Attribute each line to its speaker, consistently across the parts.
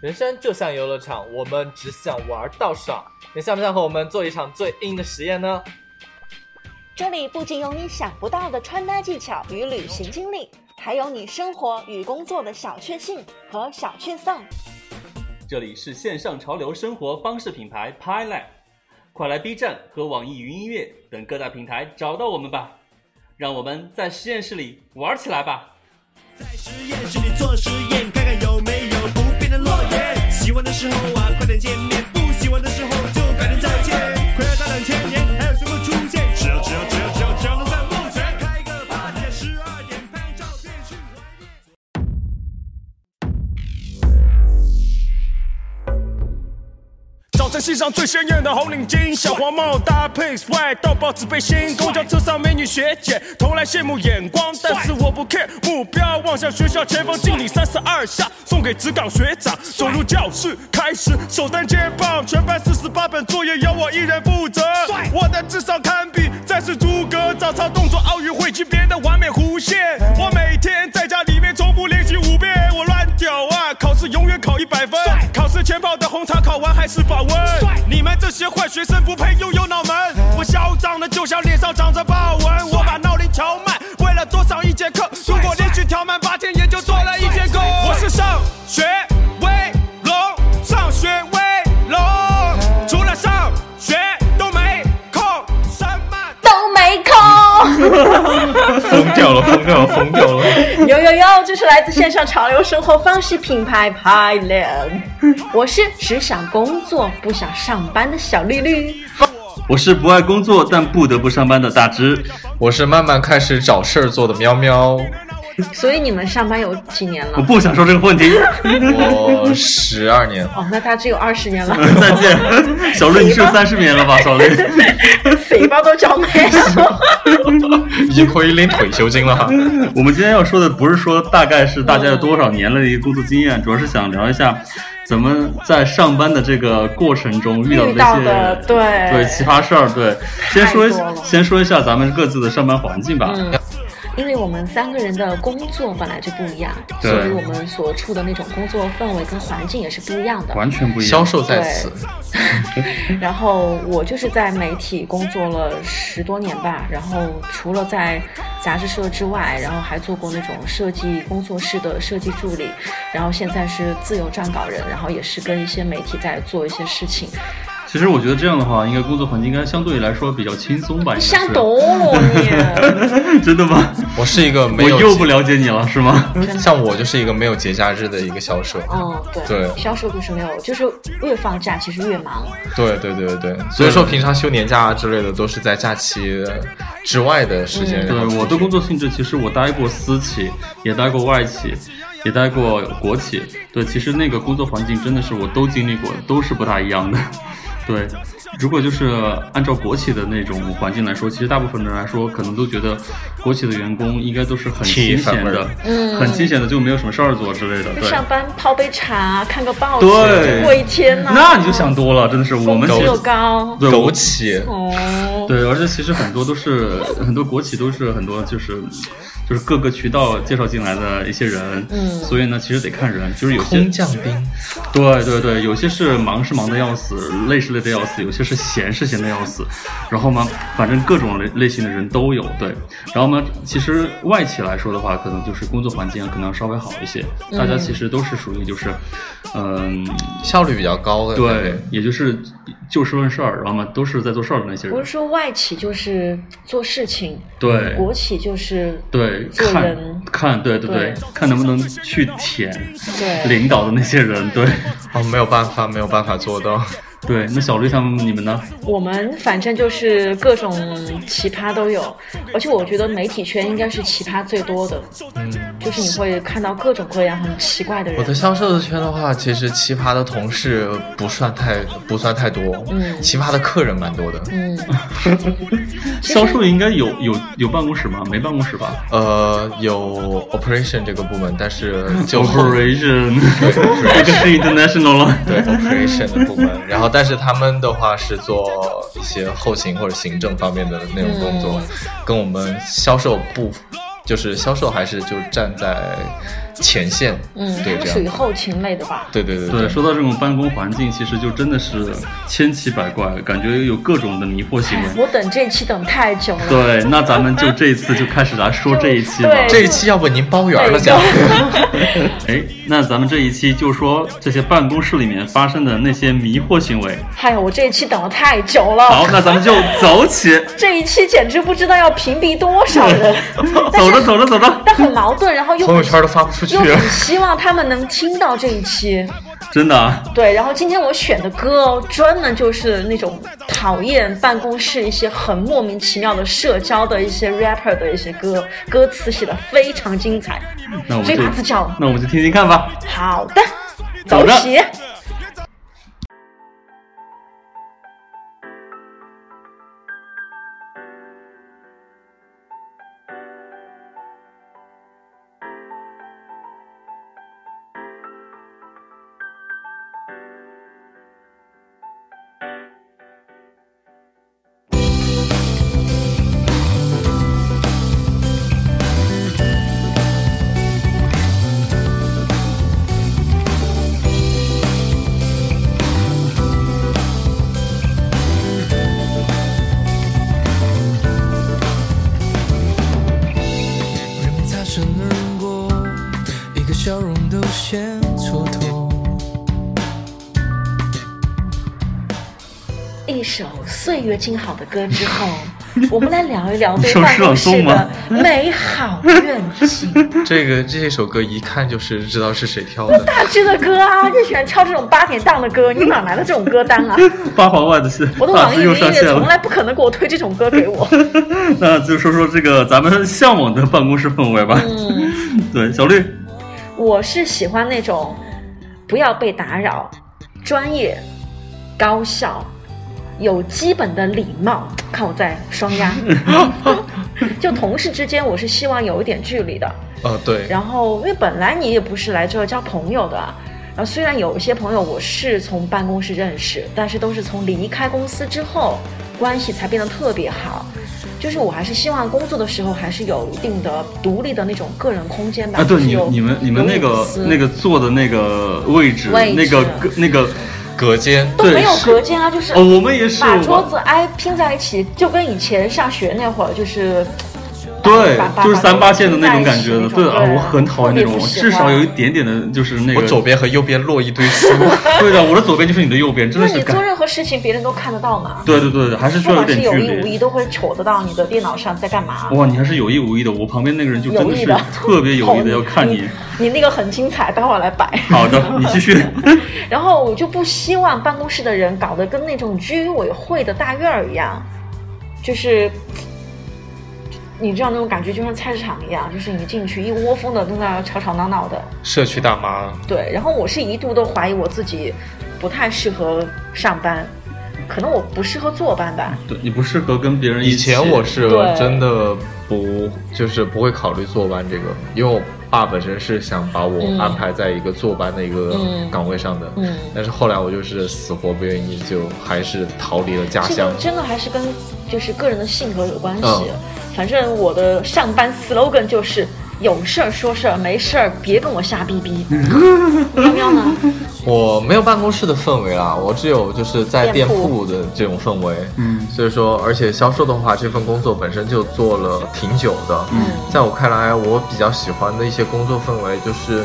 Speaker 1: 人生就像游乐场，我们只想玩到爽。你想不想和我们做一场最硬的实验呢？
Speaker 2: 这里不仅有你想不到的穿搭技巧与旅行经历，还有你生活与工作的小确幸和小确丧。
Speaker 1: 这里是线上潮流生活方式品牌 p i l a b 快来 B 站和网易云音乐等各大平台找到我们吧，让我们在实验室里玩起来吧！
Speaker 3: 在实验室里做实验，看看有没有不变的诺言。喜欢的时候啊，快点见面；不喜欢的时候就改天再见。快要到两千年，还有谁会出现？只要只要只要只要只要能在梦前开个 party，十二点拍照片去怀念。
Speaker 4: 早晨系上最鲜艳的红领巾，小黄帽搭配 swag 到爆纸背心，公交车上美女学姐投来羡慕眼光，但是我不 care，目标望向学校前方，敬礼三十二下，送给职岗学长。走入教室开始，首单接棒，全班四十八本作业由我一人负责，我的智商堪比战士诸葛，早操动作奥运会级别的完美弧线，我每天在家里面重复练习五遍，我乱屌啊，考试永远考一百分，考试前泡的红茶考完还是保温。你们这些坏学生不配拥有脑门。我嚣张的就像脸上长着豹纹，我把闹铃调慢，为了多上一节课。如果连续调慢八天，也就做了一节课。我是上学威龙，上学威龙，除了上学都没空，什么都
Speaker 5: 都没空。
Speaker 6: 疯掉了，疯掉了，疯掉了！
Speaker 5: 有有有，这是来自线上潮流生活方式品牌 Pilot，我是只想工作不想上班的小绿绿。
Speaker 6: 我是不爱工作但不得不上班的大只，
Speaker 7: 我是慢慢开始找事儿做的喵喵，
Speaker 5: 所以你们上班有几年
Speaker 6: 我
Speaker 5: 了？
Speaker 6: 不想说这个问题。
Speaker 7: 我十二年，
Speaker 5: 哦，那他只有二十年了，
Speaker 6: 再见，小瑞，你是三十年了吧？小瑞，
Speaker 5: 嘴巴都长没 了。
Speaker 7: 已经可以领退休金了哈。
Speaker 6: 我们今天要说的不是说大概是大家有多少年的一个工作经验，主要是想聊一下咱们在上班的这个过程中遇到的
Speaker 5: 遇到的
Speaker 6: 一些
Speaker 5: 对
Speaker 6: 对奇葩事儿。对，先说一
Speaker 5: 太多了
Speaker 6: 先说一下咱们各自的上班环境吧。
Speaker 5: 嗯，因为我们三个人的工作本来就不一样，所
Speaker 6: 对
Speaker 5: 以我们所处的那种工作氛围跟环境也是不一样的。
Speaker 6: 完全不一
Speaker 7: 销
Speaker 6: 样，
Speaker 7: 售在此，
Speaker 5: 然后我就是在媒体工作了十多年吧，然后除了在杂志社之外，然后还做过那种设计工作室的设计助理，然后现在是自由撰稿人，然后也是跟一些媒体在做一些事情。
Speaker 6: 其实我觉得这样的话，应该工作环境应该相对来说比较轻松吧？应该是
Speaker 5: 像抖了 你，
Speaker 6: 真的吗？
Speaker 7: 我是一个没
Speaker 6: 我
Speaker 7: 有
Speaker 6: 又不了解你了，是吗？
Speaker 7: 像我就是一个没有节假日的一个销售，
Speaker 5: 嗯，对，
Speaker 7: 对
Speaker 5: 销售就是没有，就是越放假其实越忙，
Speaker 7: 对对对对对，所以说平常休年假啊之类的都是在假期之外的时间。然后
Speaker 6: 对我的工作性质，其实我待过私企，也待过外企，也待过国企。对，其实那个工作环境真的是我都经历过，都是不大一样的。 对，如果就是按照国企的那种环境来说，其实大部分人来说，可能都觉得国企的员工应该都是很
Speaker 7: 铁
Speaker 6: 清
Speaker 7: 饭
Speaker 6: 闲
Speaker 7: 碗
Speaker 6: 的，
Speaker 5: 嗯
Speaker 6: 很清闲的就没有什么事儿做之类的。对，
Speaker 5: 上班泡杯茶、看个报
Speaker 6: 对
Speaker 5: 纸，过一天呢、
Speaker 6: 那你就想多了，真的是我们其
Speaker 5: 工资
Speaker 6: 实
Speaker 5: 又高，
Speaker 6: 对
Speaker 7: 枸
Speaker 6: 我
Speaker 7: 杞，
Speaker 5: 哦，
Speaker 6: 对，而且其实很多都是很多国企都是很多就是就是各个渠道介绍进来的一些人，
Speaker 5: 嗯
Speaker 6: 所以呢，其实得看人，就是有些
Speaker 7: 空降兵，
Speaker 6: 对对对，有些是忙是忙的要死，累是累的要死，有些是闲是闲的要死，然后嘛，反正各种类类型的人都有，对，然后嘛，其实外企来说的话，可能就是工作环境啊可能要稍微好一些，
Speaker 5: 嗯
Speaker 6: 大家其实都是属于就是，嗯、
Speaker 7: 效率比较高的。
Speaker 6: 对，也就是就事论事儿，然后嘛，都是在做事儿的那些
Speaker 5: 不
Speaker 6: 人
Speaker 5: 是，说外企就是做事情，
Speaker 6: 对，
Speaker 5: 国企就是
Speaker 6: 对，
Speaker 5: 做
Speaker 6: 看
Speaker 5: 人
Speaker 6: 看，对对对
Speaker 5: 对，
Speaker 6: 看能不能去舔
Speaker 5: 对。
Speaker 6: 领导的那些人， 对
Speaker 7: 哦，没有办法，没有办法做到。
Speaker 6: 对。那小绿他们你们呢？
Speaker 5: 我们反正就是各种奇葩都有，而且我觉得媒体圈应该是奇葩最多的，就是你会看到各种各样很奇怪的
Speaker 7: 我的
Speaker 5: 人。
Speaker 7: 销售圈的话，其实奇葩的同事不算太不算太多，
Speaker 5: 嗯
Speaker 7: 奇葩的客人蛮多的。
Speaker 5: 嗯，
Speaker 6: 销售应该有有有办公室吗？没办公室吧
Speaker 7: 呃，有 operation 这个部门，但是就
Speaker 6: ？Operation，
Speaker 7: 对
Speaker 6: 这个是 international 了。
Speaker 7: 对 operation 的部门，然后但是他们的话是做
Speaker 5: 嗯
Speaker 7: 一些后勤或者行政方面的那种工作，跟我们销售不就是销售还是就站在前线，
Speaker 5: 嗯，
Speaker 7: 对
Speaker 5: 他们
Speaker 7: 这
Speaker 5: 属于
Speaker 7: 样，
Speaker 5: 后勤类的吧？
Speaker 7: 对对对
Speaker 6: 对，说到这种办公环境，其实就真的是千奇百怪，感觉有各种的迷惑行
Speaker 5: 哎
Speaker 6: 为。
Speaker 5: 我等这期等太久了。
Speaker 6: 对，那咱们就这一次就开始来说这一期吧。
Speaker 5: 对
Speaker 7: 这一期要不您包圆了讲，
Speaker 6: 哎，那咱们这一期就说这些办公室里面发生的那些迷惑行 为。
Speaker 5: 哎呀，我这一期等了太久了
Speaker 6: 好，，那咱们就走起，
Speaker 5: 这一期简直不知道要屏蔽多少人。
Speaker 6: 走着走着走着，
Speaker 5: 但很矛盾，然后又
Speaker 7: 朋友圈都发不出去
Speaker 5: 又很希望他们能听到这一期。
Speaker 6: 真的啊，
Speaker 5: 对，然后今天我选的歌专门就是那种讨厌办公室一些很莫名其妙的社交的一些 rapper 的一些歌，歌词写的非常精彩。
Speaker 6: 那我们
Speaker 5: 这
Speaker 6: 就
Speaker 5: 把子叫
Speaker 6: 那我们就听听看吧。
Speaker 5: 好的，
Speaker 6: 走
Speaker 5: 走
Speaker 6: 着
Speaker 5: 起。
Speaker 8: 人们擦身而过，一个笑容都嫌蹉跎。
Speaker 5: 一首岁月静好的歌之后，我们来聊 一聊对
Speaker 6: 手
Speaker 5: 办
Speaker 6: 势朗
Speaker 5: 公
Speaker 6: 诵
Speaker 5: 室
Speaker 6: 吗
Speaker 5: 的 美好愿景。
Speaker 7: 这个这首歌一看就是知道是谁挑的，
Speaker 5: 大只的歌啊，就喜欢挑这种八点档的歌，你哪来的这种歌单啊？
Speaker 6: 八皇万的是
Speaker 5: 我的
Speaker 6: 大
Speaker 5: 网易
Speaker 6: 师啊
Speaker 5: 云
Speaker 6: 又
Speaker 5: 音
Speaker 6: 上
Speaker 5: 乐
Speaker 6: 线
Speaker 5: 从
Speaker 6: 了，
Speaker 5: 来不可能给我推这种歌给我。
Speaker 6: 那就说说这个咱们向往的办公室氛围吧。
Speaker 5: 嗯，
Speaker 6: 对，小绿，
Speaker 5: 我是喜欢那种不要被打扰、专业、高效、有基本的礼貌。看我在双压， 就同事之间，我是希望有一点距离的。
Speaker 7: 哦对，
Speaker 5: 然后因为本来你也不是来这儿交朋友的啊，然后虽然有一些朋友我是从办公室认识，但是都是从离开公司之后关系才变得特别好。就是我还是希望工作的时候还是有一定的独立的那种个人空间吧。
Speaker 6: 啊，对
Speaker 5: 就是
Speaker 6: 你
Speaker 5: 有
Speaker 6: 你们你们
Speaker 5: 有
Speaker 6: 那
Speaker 5: 隐
Speaker 6: 个
Speaker 5: 私
Speaker 6: 那个坐的那个位置，
Speaker 5: 位置
Speaker 6: 那个那个，
Speaker 7: 隔间
Speaker 5: 都没有
Speaker 6: 对
Speaker 5: 隔间啊，就是
Speaker 6: 哦，我们也是，
Speaker 5: 把桌
Speaker 6: 我
Speaker 5: 子挨拼在一起，就跟以前上学那会儿就是。
Speaker 6: 对
Speaker 5: 把，把
Speaker 6: 就是
Speaker 5: 把
Speaker 6: 三八
Speaker 5: 桌子
Speaker 6: 线的那种
Speaker 5: 拼在
Speaker 6: 感
Speaker 5: 一起
Speaker 6: 觉的，
Speaker 5: 那
Speaker 6: 对
Speaker 5: 种
Speaker 6: 啊，我很讨厌那
Speaker 5: 特
Speaker 6: 种
Speaker 5: 别不，喜
Speaker 6: 至少
Speaker 5: 欢
Speaker 6: 有一点点的，就是那
Speaker 7: 我
Speaker 6: 个
Speaker 7: 左边和右边落一堆书，
Speaker 6: 对的，我的左边就是你的右边，真
Speaker 5: 因
Speaker 6: 的
Speaker 5: 为
Speaker 6: 是
Speaker 5: 你做
Speaker 6: 感，
Speaker 5: 任何事情别人都看得到嘛，
Speaker 6: 对对对，还是需
Speaker 5: 不
Speaker 6: 要有
Speaker 5: 管
Speaker 6: 点
Speaker 5: 是有
Speaker 6: 距
Speaker 5: 意无意
Speaker 6: 离。
Speaker 5: 都会瞅得到你的电脑上在干嘛。
Speaker 6: 哇，你还是有意无意的，我旁边那个人就真
Speaker 5: 有
Speaker 6: 的
Speaker 5: 意
Speaker 6: 是
Speaker 5: 的，
Speaker 6: 特别有意的要看你
Speaker 5: 你。。你那个很精彩，待会儿来摆。
Speaker 6: 好的，你 继续。
Speaker 5: 然后我就不希望办公室的人搞得跟那种居委会的大院儿一样，就是你知道那种感觉，就像菜市场一样，就是你进去一窝蜂的在那吵吵闹闹的。
Speaker 7: 社区大妈，
Speaker 5: 对，然后我是一度都怀疑我自己不太适合上班，可能我不适合坐班吧。
Speaker 6: 对你不适合跟别人一
Speaker 7: 以
Speaker 6: 起。
Speaker 7: 前我是
Speaker 5: 对
Speaker 7: 真的不就是不会考虑坐班这个，因为我爸本身是想把我安排在一个坐班的一个
Speaker 5: 嗯
Speaker 7: 岗位上的，
Speaker 5: 嗯
Speaker 7: 但是后来我就是死活不愿意，就还是逃离了家
Speaker 5: 这
Speaker 7: 乡
Speaker 5: 个。真的还是跟就是个人的性格有关系。
Speaker 7: 嗯
Speaker 5: 反正我的上班 slogan 就是有事儿说事儿，没事儿别跟我瞎逼逼。喵喵呢？
Speaker 7: 我没有办公室的氛围啦，我只有就是在店
Speaker 5: 店铺
Speaker 7: 铺的这种氛围。
Speaker 6: 嗯
Speaker 7: 所以说，而且销售的话，这份工作本身就做了挺久的。嗯，在我看来，我比较喜欢的一些工作氛围就是，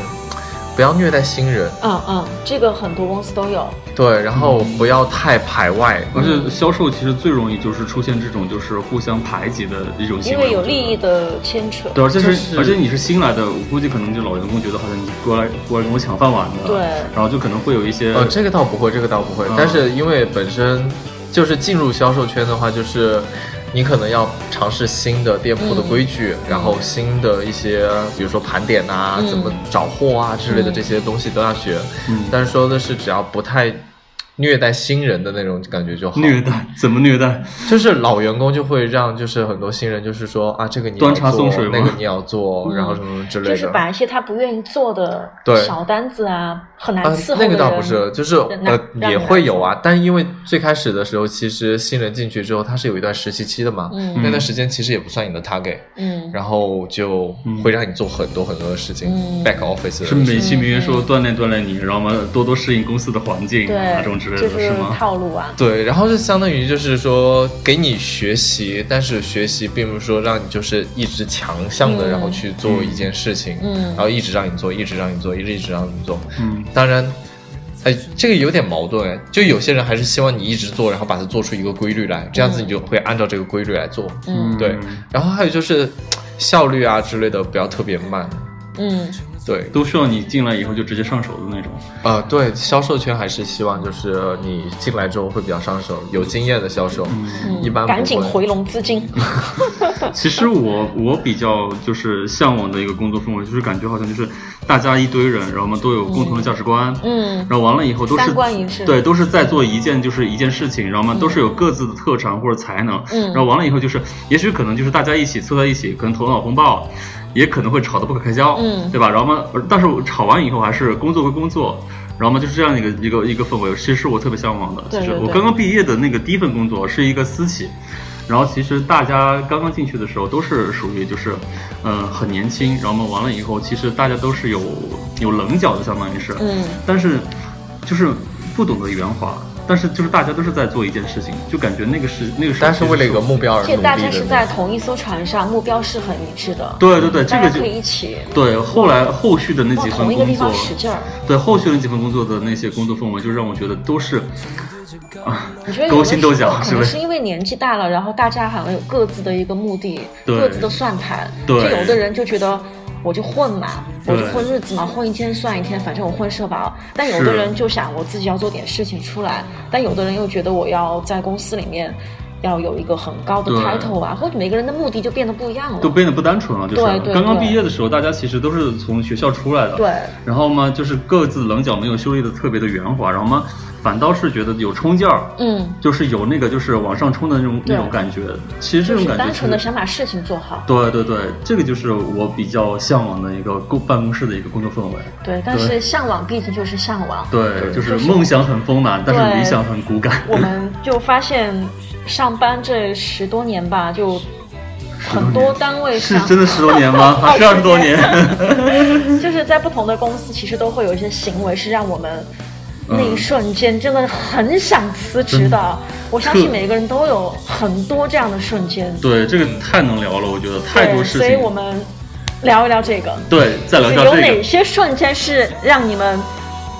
Speaker 7: 不要虐待新人，
Speaker 5: 嗯嗯，这个很多公司都有。
Speaker 7: 对，然后不要太排外。
Speaker 6: 而且销售其实最容易就是出现这种就是互相排挤的一种行
Speaker 5: 因
Speaker 6: 为，
Speaker 5: 为有
Speaker 6: 我觉得
Speaker 5: 利益。的牵扯。
Speaker 6: 对，而且
Speaker 7: 就是是
Speaker 6: 而且你是新来的，我估计可能就老员工觉得好像你过来过来跟我抢饭碗的，
Speaker 5: 对
Speaker 6: 然后就可能会有一些
Speaker 7: 呃，这个倒不会，这个倒不会
Speaker 6: 嗯。
Speaker 7: 但是因为本身就是进入销售圈的话，就是你可能要尝试新的店铺的规矩，
Speaker 6: 嗯
Speaker 7: 然后新的一些，比如说盘点啊，
Speaker 5: 嗯
Speaker 6: 嗯
Speaker 7: 怎么找货啊之类的这些东西都要学。但是说的是，只要不太虐待新人的那种感觉就好。
Speaker 6: 虐待怎么虐待？
Speaker 7: 就是老员工就会让就是很多新人就是说啊，这个你要
Speaker 6: 端茶
Speaker 7: 做
Speaker 6: 送水吗
Speaker 7: 那个你要做，然后什么什么之类的。
Speaker 5: 就是把一些他不愿意做的
Speaker 7: 对
Speaker 5: 小单子啊，很难
Speaker 7: 啊
Speaker 5: 伺候，的
Speaker 7: 那个
Speaker 5: 人
Speaker 7: 倒不是，就是
Speaker 5: 那
Speaker 7: 呃
Speaker 5: 让
Speaker 7: 也
Speaker 5: 你来
Speaker 7: 会有
Speaker 5: 做
Speaker 7: 啊，但因为最开始的时候，其实新人进去之后，他是有一段实习期的嘛，
Speaker 5: 嗯
Speaker 7: 那段时间其实也不算你的 target，
Speaker 5: 嗯，
Speaker 7: 然后就会让你做很多很多的事情、
Speaker 5: 嗯
Speaker 7: b a c k office 的事
Speaker 6: 嗯是
Speaker 7: 情
Speaker 6: 美其名曰说锻炼锻炼你，然后嘛多多适应公司的环境啊，这
Speaker 5: 对，
Speaker 6: 种之类
Speaker 5: 就
Speaker 6: 的，
Speaker 5: 是
Speaker 6: 吗？
Speaker 5: 套路啊，
Speaker 7: 对，然后就相当于就是说给你学习，但是学习并不是说让你就是一直强项的，
Speaker 5: 嗯
Speaker 7: 然后去做一件事情，
Speaker 5: 嗯
Speaker 7: 然后一直让你做，一直让你做，一直一直让你做，
Speaker 6: 嗯，
Speaker 7: 当然，哎，这个有点矛盾哎。就有些人还是希望你一直做，然后把它做出一个规律来，这样子你就会按照这个规律来做。
Speaker 5: 嗯
Speaker 7: 对。然后还有就是效率啊之类的，不要特别慢。
Speaker 5: 嗯，
Speaker 7: 对，
Speaker 6: 都需要你进来以后就直接上手的那种。
Speaker 7: 啊、对，销售圈还是希望就是你进来之后会比较上手，有经验的销售，一般不会
Speaker 5: 赶紧回笼 资金，
Speaker 6: 其实我我比较就是向往的一个工作氛围，就是感觉好像就是大家一堆人，然后嘛都有共同的价值观，
Speaker 5: 嗯，
Speaker 6: 然后完了以后都是
Speaker 5: 三观一致
Speaker 6: 对，都是在做一件就是一件事情，然后嘛都是有各自的特长或者才能，
Speaker 5: 嗯
Speaker 6: 然后完了以后就是也许可能就是大家一起凑在一起，可能头脑风暴。也可能会吵得不可开交，
Speaker 5: 嗯
Speaker 6: 对吧？然后嘛，但是我吵完以后还是工作归工作，然后嘛就是这样一个一个一个氛围，其实是我特别向往的。
Speaker 5: 对
Speaker 6: 其实
Speaker 5: 对
Speaker 6: 我
Speaker 5: 对
Speaker 6: 刚刚毕业的那个第一份工作是一个私企，然后其实大家刚刚进去的时候都是属于就是，嗯、很年轻，然后嘛完了以后，其实大家都是有有棱角的，相当于是，
Speaker 5: 嗯，
Speaker 6: 但是就是不懂得圆滑，但是就是大家都是在做一件事情，就感觉那个是那个时候
Speaker 7: 但是为了一个目标而
Speaker 5: 而
Speaker 7: 努力
Speaker 5: 且
Speaker 7: 的。
Speaker 5: 大家是在同一艘船上，目标是很一致的，
Speaker 6: 对对对，这
Speaker 5: 大
Speaker 6: 个
Speaker 5: 家可以
Speaker 6: 就
Speaker 5: 一起
Speaker 6: 对后来后续的那
Speaker 5: 往
Speaker 6: 几份
Speaker 5: 同一个地
Speaker 6: 工作
Speaker 5: 方，使劲儿。
Speaker 6: 对后续的那几份工作的那些工作氛围，就让我觉得都是啊，
Speaker 5: 我觉得有
Speaker 6: 勾
Speaker 5: 的
Speaker 6: 心
Speaker 5: 时候
Speaker 6: 斗角
Speaker 5: 可
Speaker 6: 是
Speaker 5: 能
Speaker 6: 不
Speaker 5: 是
Speaker 6: 是？
Speaker 5: 因为年纪大了，然后大家好像有各自的一个目的，
Speaker 6: 对
Speaker 5: 各自的算盘。
Speaker 6: 对
Speaker 5: 就有的人就觉得我就混嘛，我
Speaker 6: 对
Speaker 5: 就混日子嘛，混一天算一天，反正我混社保。但有的
Speaker 6: 是
Speaker 5: 人就想我自己要做点事情出来，但有的人又觉得我要在公司里面要有一个很高的
Speaker 6: 对
Speaker 5: title 啊，或者每个人的目的就变得不一样
Speaker 6: 都
Speaker 5: 了。
Speaker 6: 变得不单纯了，就是
Speaker 5: 对对
Speaker 6: 刚刚
Speaker 5: 对
Speaker 6: 毕业的时候，大家其实都是从学校出来的，
Speaker 5: 对，
Speaker 6: 然后嘛，就是各自棱角没有修理的特别的圆滑，然后嘛，反倒是觉得有冲劲儿，
Speaker 5: 嗯，
Speaker 6: 就是有那个就是往上冲的那种
Speaker 5: 对
Speaker 6: 那种感觉。其实这
Speaker 5: 就
Speaker 6: 种
Speaker 5: 是
Speaker 6: 感觉
Speaker 5: 单纯的
Speaker 6: 是
Speaker 5: 想把事情做好。
Speaker 6: 对对对，这个就是我比较向往的一个工办公室的一个工作氛围。
Speaker 5: 对，但
Speaker 6: 对
Speaker 5: 是向往毕竟就是向往。
Speaker 6: 对，
Speaker 7: 对
Speaker 6: 就是梦想很丰满，但是
Speaker 5: 对
Speaker 6: 理想很骨感。
Speaker 5: 我们就发现，上班这十多年吧，就很多单位
Speaker 6: 是
Speaker 5: 上，
Speaker 6: 真的十多年吗？还是二十多年？
Speaker 5: 嗯就是在不同的公司，其实都会有一些行为是让我们那一瞬
Speaker 6: 嗯
Speaker 5: 间真的很想辞职的。我相信每个人都有很多这样的瞬间。
Speaker 6: 对，这个太能聊了，我觉得太多
Speaker 5: 对
Speaker 6: 事
Speaker 5: 所以
Speaker 6: 情。
Speaker 5: 我们聊一聊这个，
Speaker 6: 对，再聊一下
Speaker 5: 有
Speaker 6: 这
Speaker 5: 哪
Speaker 6: 个，
Speaker 5: 些瞬间是让你们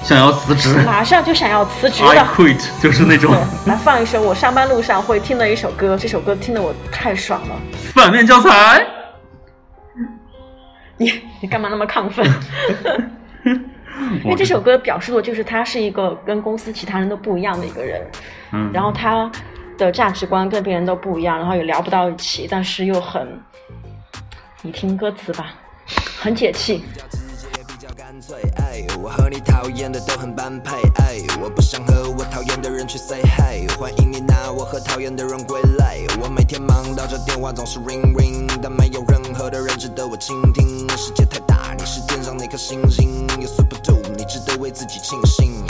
Speaker 6: 想要辞职
Speaker 5: 马上就想要辞 职
Speaker 6: ，I
Speaker 5: 的？
Speaker 6: quit，就是那种
Speaker 5: 对来放一首我上班路上会听的一首歌，这首歌听得我太爽了。
Speaker 6: 反面教材。
Speaker 5: 你你干嘛那么亢奋？因为这首歌表述的就是他是一个跟公司其他人都不一样的一个人，
Speaker 6: 嗯，
Speaker 5: 然后他的价值观跟别人都不一样，然后也聊不到一起，但是又很，你听歌词吧，很解气。
Speaker 9: 比较干脆，哎，我和你讨厌的都很般配，哎，我不想和我讨厌的人去 say hey，欢迎你拿我和讨厌的人归类。我每天忙到这电话总是 ring ring，但没有任何的人值得我倾听。世界太大，你是天上那颗星星，You super two，你值得为自己庆幸。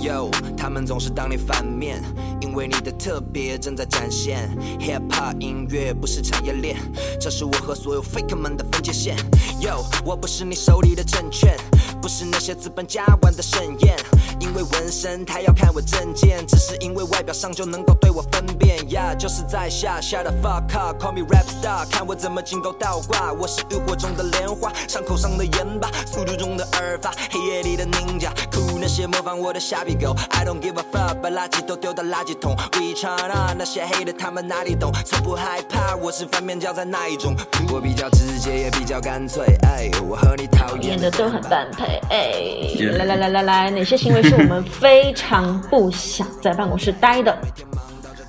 Speaker 9: Yo，他们总是当你反面，因为你的特别正在展现。Hip Hop 音乐不是产业链，这是我和所有 faker 们的分界线。Yo，我不是你手里的证券，不是那些资本家玩的盛宴。因为纹身他要看我证件，只是因为外表上就能够对我分辨。呀、就是在下下的 fuck up，call me rap star，看我怎么金钩倒挂。我是浴火中的莲花，伤口上的盐巴，速度中的耳发，黑夜里的 ninja，酷那些模仿我的傻逼狗。I don't give a fuck，把垃圾都丢到垃圾桶。We China 那些黑的他们哪里懂？从不害怕，我是反面教材那一种。我比较直接，也比较干脆。哎，我和你讨
Speaker 5: 演
Speaker 9: 厌
Speaker 5: 的
Speaker 9: 的
Speaker 5: 都很般配，哎，
Speaker 6: Yeah
Speaker 5: 来来来来来，哪些行为是我们非常不想在办公室待的？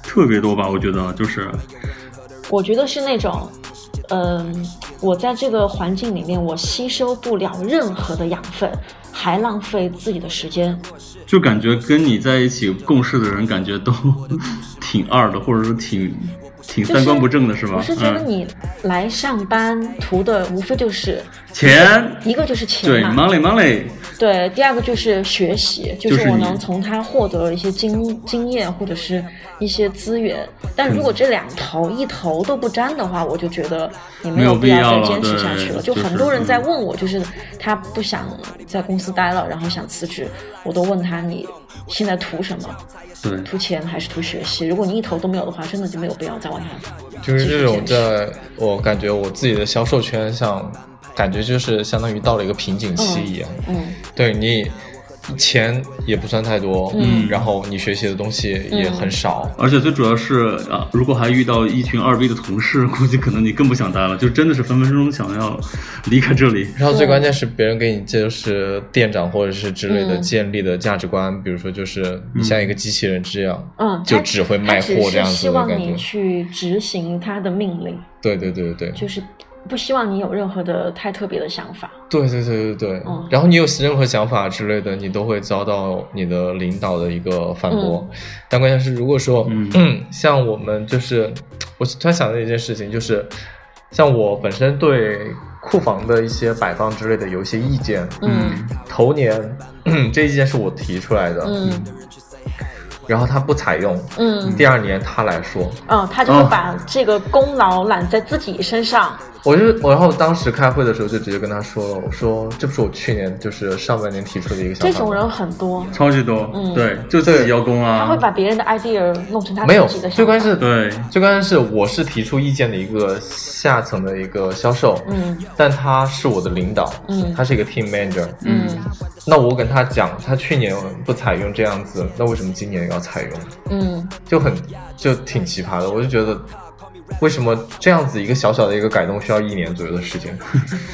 Speaker 6: 特别多吧，我觉得就是
Speaker 5: 我觉得是那种，嗯、我在这个环境里面，我吸收不了任何的养分，还浪费自己的时间。
Speaker 6: 就感觉跟你在一起共事的人，感觉都 挺二的，或者说挺挺
Speaker 5: 就
Speaker 6: 三观不正的是吧？
Speaker 5: 我是觉得
Speaker 6: 嗯，
Speaker 5: 你来上班图的无非就是
Speaker 6: 钱，
Speaker 5: 一个就是
Speaker 6: 对
Speaker 5: 钱嘛，
Speaker 6: ，money money，
Speaker 5: 对，第二个就是学习，就
Speaker 6: 就是是
Speaker 5: 我
Speaker 6: 你
Speaker 5: 能从他获得一些经经验或者是一些资源。但
Speaker 6: 嗯
Speaker 5: 如果这两头一头都不沾的话，我就觉得也没
Speaker 6: 没有
Speaker 5: 有
Speaker 6: 必
Speaker 5: 必
Speaker 6: 要
Speaker 5: 要
Speaker 6: 了
Speaker 5: 再坚持下
Speaker 6: 对
Speaker 5: 去了。就
Speaker 6: 就是
Speaker 5: 很多人在
Speaker 6: 嗯
Speaker 5: 问我，就是他不想在公司待了，然后想辞职，我都问他你现在图什么？
Speaker 6: 对，
Speaker 5: 图钱还是图学习？如果你一头都没有的话，真的就没有必要再往下。
Speaker 7: 就是这种在我感觉我自己的销售圈上，感觉就是相当于到了一个瓶颈期一样。
Speaker 5: 嗯，
Speaker 7: 对你钱也不算太多，
Speaker 5: 嗯
Speaker 7: 然后你学习的东西也很少，
Speaker 6: 而且最主要是啊，如果还遇到一群二逼的同事，估计可能你更不想待了，就真的是分分钟想要离开这里。
Speaker 7: 然后最关键是别人给你就是店长或者是之类的
Speaker 5: 嗯
Speaker 7: 建立的价值观，比如说就是你像一个机器人这样，
Speaker 5: 嗯，
Speaker 7: 就
Speaker 5: 他
Speaker 7: 只会卖
Speaker 5: 他只
Speaker 7: 货
Speaker 5: 是
Speaker 7: 这样子
Speaker 5: 希
Speaker 7: 的
Speaker 5: 望
Speaker 7: 感
Speaker 5: 你
Speaker 7: 觉。
Speaker 5: 去执行他的命令。
Speaker 7: 对对对对对，
Speaker 5: 就是不希望你有任何的太特别的想法。
Speaker 7: 对对对对对
Speaker 5: 嗯，
Speaker 7: 然后你有任何想法之类的，你都会遭到你的领导的一个反驳。
Speaker 5: 嗯
Speaker 7: 但关键是，如果说、
Speaker 6: 嗯
Speaker 7: 像我们就是，我突然想到一件事情，就是像我本身对库房的一些摆放之类的有一些意见，
Speaker 5: 嗯
Speaker 7: 头年 这意见是我提出来的，
Speaker 5: 嗯
Speaker 7: 然后他不采用，
Speaker 5: 嗯
Speaker 7: 第二年他来说，
Speaker 5: 嗯，他就会把这个功劳揽在自己身上。
Speaker 7: 我就我然后当时开会的时候就直接跟他说了，我说这不是我去年就是上半年提出的一个想法吗，
Speaker 5: 这种人很多，
Speaker 6: 超级多，
Speaker 5: 嗯
Speaker 6: 对，就自己邀功
Speaker 5: 他会
Speaker 6: 啊，
Speaker 5: 把别人的 idea 弄成他
Speaker 7: 嗯没有，
Speaker 5: 自己的想法。
Speaker 7: 最关键是
Speaker 6: 对，
Speaker 7: 最关键是我是提出意见的一个下层的一个销售，
Speaker 5: 嗯
Speaker 7: 但他是我的领导，
Speaker 5: 嗯
Speaker 7: 他是一个 team manager，
Speaker 5: 嗯
Speaker 7: 那我跟他讲，他去年不采用这样子，那为什么今年要采用？
Speaker 5: 嗯
Speaker 7: 就很就挺奇葩的，我就觉得。为什么这样子一个小小的一个改动需要一年左右的时间，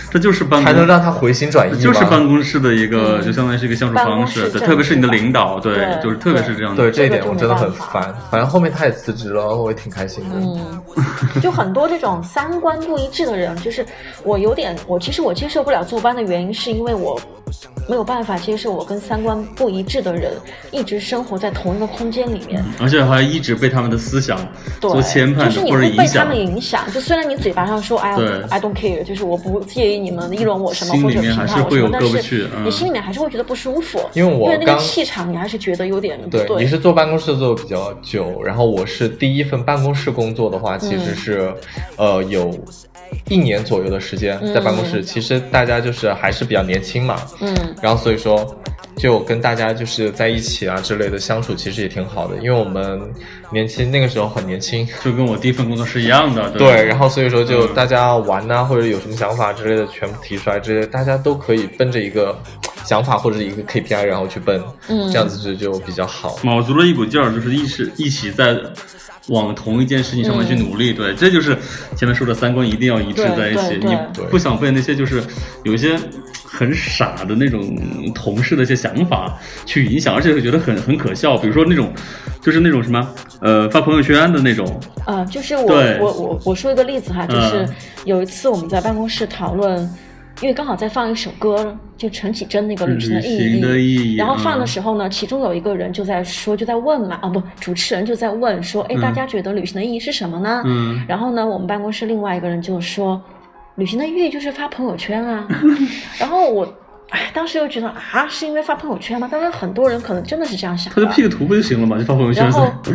Speaker 6: 这就是办
Speaker 7: 才能
Speaker 6: 公，
Speaker 7: 让他回心转意吗？
Speaker 6: 就是办公室的一个，
Speaker 5: 嗯
Speaker 6: 就相当于是一个相处
Speaker 5: 办公
Speaker 6: 方
Speaker 5: 室
Speaker 6: 式，对，
Speaker 5: 政
Speaker 6: 特别是你的
Speaker 5: 治吧
Speaker 6: 领导，对，
Speaker 5: 对
Speaker 6: 就是特别是
Speaker 5: 对
Speaker 6: 这样的，
Speaker 7: 对这一
Speaker 5: 这个
Speaker 7: 点
Speaker 5: 就
Speaker 7: 我
Speaker 5: 没
Speaker 7: 真的很
Speaker 5: 办法
Speaker 7: 烦。反正后面他也辞职了，我也挺开心的。
Speaker 5: 嗯，就很多这种三观不一致的人，就是我有点，我其实我接受不了坐班的原因，是因为我没有办法接受我跟三观不一致的人一直生活在同一个空间里面。
Speaker 6: 而且还一直被他们的思想
Speaker 5: 对，
Speaker 6: 做牵绊
Speaker 5: 就
Speaker 6: 的
Speaker 5: 是你
Speaker 6: 或者
Speaker 5: 会
Speaker 6: 影
Speaker 5: 被他
Speaker 6: 响
Speaker 5: 们，影响。就虽然你嘴巴上说，哎呀
Speaker 6: 对
Speaker 5: ，I don't care，就是我不介意你们议论我什么
Speaker 6: 心里
Speaker 5: 或者
Speaker 6: 面
Speaker 5: 评
Speaker 6: 还
Speaker 5: 判
Speaker 6: 是
Speaker 5: 我
Speaker 6: 会
Speaker 5: 什
Speaker 6: 有
Speaker 5: 么，但
Speaker 6: 过不去
Speaker 5: 是
Speaker 6: 嗯
Speaker 5: 你心里面还是会觉得不舒服，
Speaker 7: 因为我
Speaker 5: 那个
Speaker 7: 刚
Speaker 5: 气场你还是觉得有点不
Speaker 7: 对，你是坐办公室坐的比较久，然后我是第一份办公室工作的话，其
Speaker 5: 嗯
Speaker 7: 实是，呃，有一年左右的时间在办公室。其实大家就是还是比较年轻嘛，
Speaker 5: 嗯
Speaker 7: 然后所以说就跟大家就是在一起啊之类的相处，其实也挺好的，因为我们年轻那个时候很年轻，
Speaker 6: 就跟我第一份工作是一样的，对吧
Speaker 7: 对，然后所以说就
Speaker 6: 嗯
Speaker 7: 大家玩呐、或者有什么想法之类的，全部提出来之类的，大家都可以奔着一个想法或者一个 KPI 然后去奔，
Speaker 5: 嗯
Speaker 7: 这样子就就比较好。
Speaker 6: 卯足了一股劲儿，就是一起一起在往同一件事情上面去努力。对，这就是前面说的三观一定要一致
Speaker 5: 对
Speaker 6: 在一起，
Speaker 5: 嗯对
Speaker 6: 你
Speaker 7: 对
Speaker 6: 不想被那些就是有一些很傻的那种同事的一些想法去影响，而且是觉得很很可笑。比如说那种就是那种什么呃发朋友圈的那种，
Speaker 5: 呃，就是我
Speaker 6: 对
Speaker 5: 我我我说一个例子哈，就是
Speaker 6: 嗯
Speaker 5: 有一次我们在办公室讨论，因为刚好在放一首歌，就陈绮贞那个《旅行的
Speaker 6: 旅
Speaker 5: 意
Speaker 6: 行
Speaker 5: 义》，
Speaker 6: 的意义
Speaker 5: 然后放的
Speaker 6: 嗯
Speaker 5: 时候呢，其中有一个人就在说，就在问嘛，啊不，主持人就在问说，哎，大
Speaker 6: 嗯
Speaker 5: 家觉得旅行的意义是什么呢？
Speaker 6: 嗯
Speaker 5: 然后呢，我们办公室另外一个人就说，旅行的意义就是发朋友圈 啊。然后我，哎，当时又觉得啊，是因为发朋友圈吗？当然，很多人可能真的是这样想
Speaker 6: 他就 P
Speaker 5: 的。
Speaker 6: 个图不就行了嘛，就发朋友圈
Speaker 5: 然后
Speaker 6: 噻。，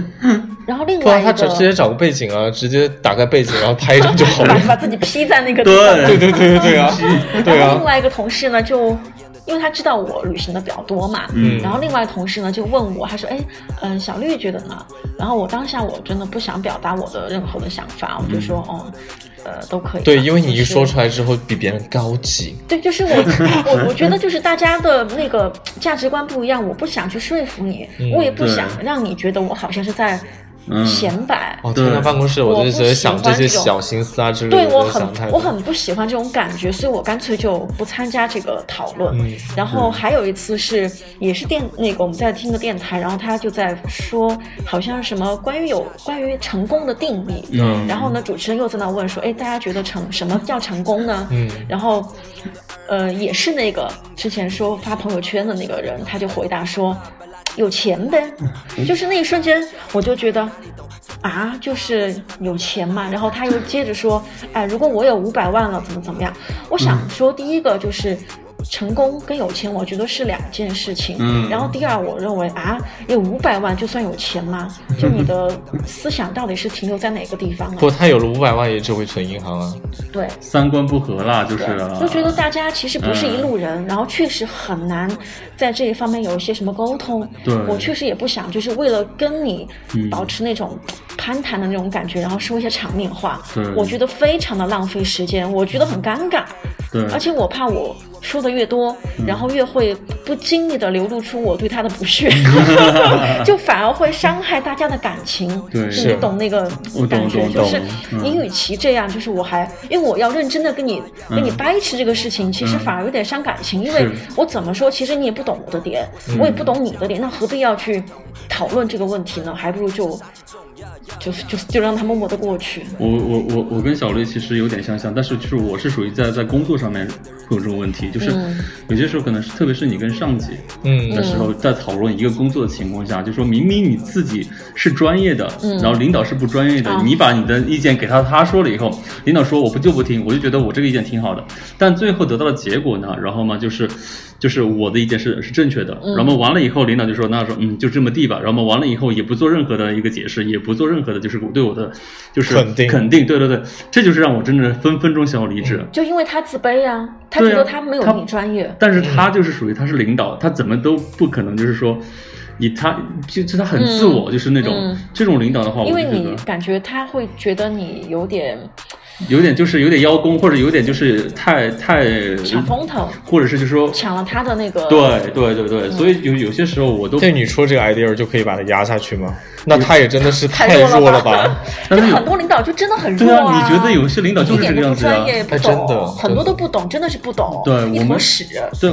Speaker 5: 然后另
Speaker 7: 不
Speaker 5: 外
Speaker 7: 然
Speaker 5: 一
Speaker 7: 啊他
Speaker 5: 个
Speaker 7: 直直接找个背景啊，直接打开背景，然后拍一张就好
Speaker 5: 把
Speaker 7: 了。
Speaker 5: 把自己 P 在那个地方。
Speaker 6: 对
Speaker 7: 对对对对啊，对
Speaker 5: 然后
Speaker 7: 啊
Speaker 5: 另，外一个同事呢，就因为他知道我旅行的比较多嘛，
Speaker 6: 嗯
Speaker 5: 然后另外一个同事呢就问我，他说，哎，嗯、小绿觉得呢？然后我当下我真的不想表达我的任何的想法，我就说，哦，呃，都可以吧。
Speaker 7: 对，因为你一
Speaker 5: 就是
Speaker 7: 说出来之后比别人高级，
Speaker 5: 对，就是 我，我我觉得就是大家的那个价值观不一样，我不想去说服你，我也
Speaker 6: 嗯
Speaker 5: 不
Speaker 6: 对
Speaker 5: 想让你觉得我好像是在
Speaker 6: 嗯
Speaker 5: 显摆。
Speaker 7: 哦，天呐，
Speaker 6: 对
Speaker 7: 办公室我
Speaker 5: 我
Speaker 7: 就
Speaker 5: 不
Speaker 7: 觉得想
Speaker 5: 喜欢
Speaker 7: 些
Speaker 5: 这种
Speaker 7: 小心思啊之类
Speaker 5: 对
Speaker 7: 的，
Speaker 5: 我
Speaker 7: 都
Speaker 5: 很
Speaker 7: 想太多。
Speaker 5: 我很不喜欢这种感觉，所以我干脆就不参加这个讨论。
Speaker 7: 嗯
Speaker 5: 然后还有一次是也是电那个我们在听个电台，然后他就在说好像什么关于有关于成功的定义。
Speaker 6: 嗯
Speaker 5: 然后呢，主持人又在那问说，哎，大家觉得成什么叫成功呢？嗯。然后，呃，也是那个之前说发朋友圈的那个人，他就回答说。有钱呗，
Speaker 7: 嗯
Speaker 5: 就是那一瞬间，我就觉得啊，就是有钱嘛。然后他又接着说，哎，如果我有五百万了，怎么怎么样？我想说，第一个就是。成功跟有钱，我觉得是两件事情。
Speaker 6: 嗯
Speaker 5: 然后第二，我认为啊，有五百万就算有钱吗？就你的思想到底是停留在哪个地方
Speaker 7: 不过
Speaker 5: 了？
Speaker 7: 他有了五百万也只会存银行啊。
Speaker 5: 对，
Speaker 6: 三观不合啦，就是啊嗯
Speaker 5: 就觉得大家其实不是一路人，然后确实很难在这一方面有一些什么沟通。
Speaker 6: 对嗯
Speaker 5: 我确实也不想，就是为了跟你保持那种攀谈的那种感觉，然后说一些场面话
Speaker 6: 对，
Speaker 5: 我觉得非常的浪费时间，我觉得很尴尬，
Speaker 6: 对，嗯
Speaker 5: 而且我怕我说的越多，然后越会不经意的流露出我对他的不屑， 就反而会伤害大家的感情。
Speaker 6: 对
Speaker 5: 就是你懂那个
Speaker 6: 我懂
Speaker 5: 感觉，
Speaker 6: 懂
Speaker 5: 就是
Speaker 6: 懂嗯
Speaker 5: 你与其这样，就是我还因为我要认真的跟你跟你掰扯这个事情，其实反而有点伤感情，因为
Speaker 6: 嗯是嗯
Speaker 5: 我怎么说，其实你也不懂我的点，我也不懂你的点，那何必要去讨论这个问题呢？还不如就就就就让它默默的过去。
Speaker 6: 我我我我跟小绿其实有点相像，但是就是我是属于在在工作上面会有这种问题，就是有些时候可能是特别是你跟上级
Speaker 7: 嗯
Speaker 6: 的时候，在讨论一个工作的情况下，就说明明你自己是专业的，然后领导是不专业的
Speaker 5: 啊，
Speaker 6: 你把你的意见给他，他说了以后，领导说我不就不听，我就觉得我这个意见挺好的，但最后得到的结果呢，然后嘛就是。就是我的意见是是正确的，然后完了以后，领导就说那说嗯就这么地吧，然后完了以后也不做任何的一个解释，也不做任何的就是对我的就是
Speaker 7: 肯定
Speaker 6: 肯定，对对对，这就是让我真的分分钟想要离职。
Speaker 5: 就因为他自卑啊，他
Speaker 6: 对
Speaker 5: 觉
Speaker 6: 啊
Speaker 5: 得他没有
Speaker 6: 他
Speaker 5: 你专业。
Speaker 6: 但是他就是属于他是领导，他怎么都不可能就是说，以他就就他很自我，就是那种、
Speaker 5: 嗯
Speaker 6: 这种领导的话，我
Speaker 5: 因
Speaker 6: 就
Speaker 5: 为
Speaker 6: 觉
Speaker 5: 你
Speaker 6: 得
Speaker 5: 感觉他会觉得你有点
Speaker 6: 有点就是有点邀功，或者有点就是太太
Speaker 5: 抢风头，
Speaker 6: 或者是就说
Speaker 5: 抢了他的那个。
Speaker 6: 对啊对对
Speaker 5: 嗯
Speaker 6: 对，所以有有些时候我都
Speaker 7: 对你说这个 idea 就可以把它压下去吗？那他也真的是太弱
Speaker 5: 弱
Speaker 7: 了
Speaker 5: 了
Speaker 7: 吧？
Speaker 5: 就
Speaker 6: 但是有
Speaker 5: 很多领导就真的很弱
Speaker 6: 对啊，你觉得有些领导就
Speaker 5: 一
Speaker 6: 是这
Speaker 5: 点
Speaker 6: 个
Speaker 5: 都
Speaker 6: 样
Speaker 5: 不
Speaker 6: 子啊
Speaker 5: 专？业，不
Speaker 7: 哎真的
Speaker 5: 懂，很多都不懂，真的是不懂，
Speaker 6: 对我
Speaker 5: 一坨
Speaker 6: 们
Speaker 5: 屎。
Speaker 6: 对，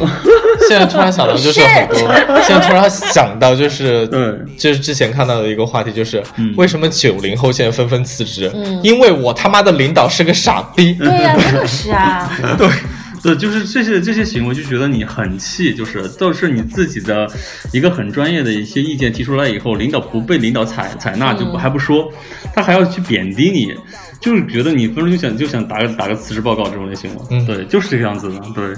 Speaker 7: 现在突然想到就是很多，现在突然想到就是，
Speaker 6: 对
Speaker 7: 就是之前看到的一个话题，就是为什么九零后现在纷纷辞职？因为我他妈的领导是个傻逼。
Speaker 5: 对呀，真的是啊，
Speaker 6: 对，就是这些这些行为，就觉得你很气，就是都是你自己的一个很专业的一些意见提出来以后，领导不被领导采采纳，就
Speaker 5: 嗯
Speaker 6: 不还不说，他还要去贬低你，就是觉得你分分钟就想就想打个打个辞职报告这种类型了。
Speaker 7: 嗯
Speaker 6: 对，就是这个样子的。对，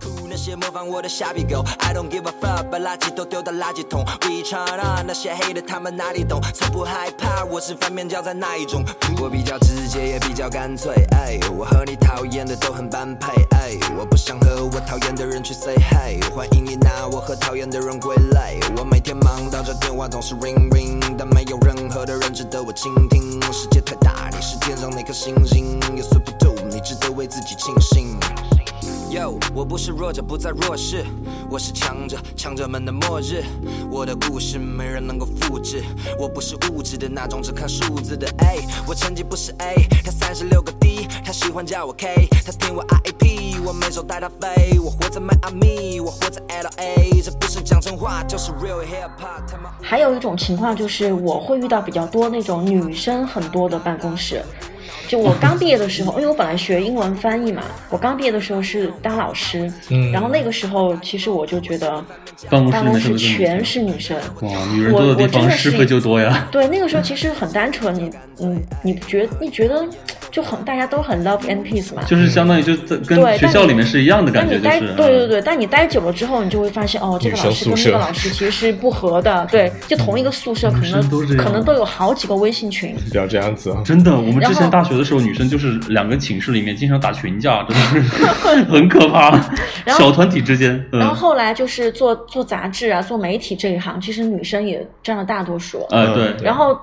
Speaker 9: 哭那些模仿我的傻逼狗，I don't give a fuck，把垃圾都丢到垃圾桶。We turn on，那些黑的他们哪里懂？从不害怕，我是反面教材那一种。我比较直接，也比较干脆。哎，我和你讨厌的都很般配。哎，我不想和我讨厌的人去 say hey，欢迎你拿我和讨厌的人归类。我每天忙到这电话总是 ring ring，但没有任何的人值得我倾听。世界太大，你是天上那颗星星，也算不住，你值得为自己庆幸。Yo，我不是弱者，不再弱势，我是强者，强者们的末日。我的故事没人能够复制，我不是物质的那种只看数字的。A，我成绩不是 A，他三十六个 D，他喜欢叫我 K，他听我 IAP，我每首带他飞。我活在迈阿密，我活在 LA，这不是讲真话，就是 real hip hop。他妈。
Speaker 5: 还有一种情况就是，我会遇到比较多那种女生很多的办公室。就我刚毕业的时候，因为我本来学英文翻译嘛，我刚毕业的时候是当老师，
Speaker 7: 嗯
Speaker 5: 然后那个时候其实我就觉得
Speaker 6: 办公室
Speaker 5: 办
Speaker 6: 里
Speaker 5: 公
Speaker 6: 面是
Speaker 5: 室
Speaker 6: 不是
Speaker 5: 全是女生，
Speaker 6: 哇，女人多的地
Speaker 5: 我我真
Speaker 6: 方
Speaker 5: 的是
Speaker 6: 是非就多呀。
Speaker 5: 对，那个时候其实很单纯，你嗯，你觉你觉得就很大家都很 love and peace 嘛，
Speaker 6: 就是相当于就在跟
Speaker 5: 对但
Speaker 6: 学校
Speaker 5: 你
Speaker 6: 里面是一样的
Speaker 5: 那
Speaker 6: 感
Speaker 5: 你
Speaker 6: 觉，就
Speaker 5: 待
Speaker 6: 是嗯
Speaker 5: 对对对，但你待久了之后，你就会发现哦，这个
Speaker 7: 女
Speaker 5: 老
Speaker 7: 生
Speaker 5: 师跟
Speaker 7: 宿
Speaker 5: 那
Speaker 7: 舍
Speaker 5: 个老师其实是不合的，对，就同一个宿舍，可
Speaker 6: 女生
Speaker 5: 能
Speaker 6: 嗯都这样
Speaker 5: 可能都有好几个微信群。
Speaker 7: 不要这样子啊，
Speaker 6: 真的，我们之
Speaker 5: 然
Speaker 6: 前
Speaker 5: 后
Speaker 6: 大学的时候，女生就是两个寝室里面经常打群架，真的是 很可怕，
Speaker 5: 然后
Speaker 6: 小团体之间。嗯、
Speaker 5: 然后后来就是
Speaker 7: 嗯
Speaker 5: 做做杂志啊，做媒体这一行，其实女生也占了大多数。
Speaker 6: 呃，对，
Speaker 5: 然后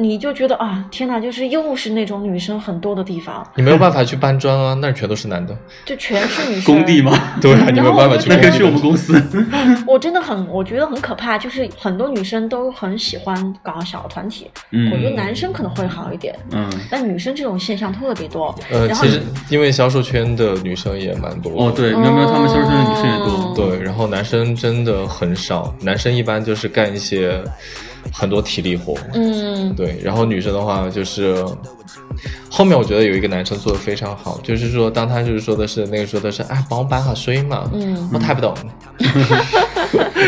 Speaker 5: 你就觉得啊，天哪，就是又是那种女生很多的地方，
Speaker 7: 你没有办法去搬砖啊，那儿全都是男的。
Speaker 5: 就全是女生。
Speaker 6: 工地？吗？
Speaker 7: 对啊，你没有办法去
Speaker 6: 那
Speaker 7: 工
Speaker 6: 个
Speaker 7: 地
Speaker 6: 是我们公司。
Speaker 5: 我真的很，我觉得很可怕，就是很多女生都很喜欢搞小团体，我觉得
Speaker 6: 嗯
Speaker 5: 男生可能会好一点，
Speaker 6: 嗯，
Speaker 5: 但女生这种现象特别多。
Speaker 7: 呃，
Speaker 5: 然后
Speaker 7: 其实因为销售圈的女生也蛮多的
Speaker 6: 哦对，喵喵他们销售圈的女生也
Speaker 5: 哦
Speaker 6: 多。
Speaker 7: 对，然后男生真的很少，男生一般就是干一些很多体力活，
Speaker 5: 嗯，
Speaker 7: 对，然后女生的话就是，后面我觉得有一个男生做的非常好，就是说当他就是说的是那个说的是哎帮我搬下水嘛，
Speaker 5: 嗯，
Speaker 7: 我太不懂，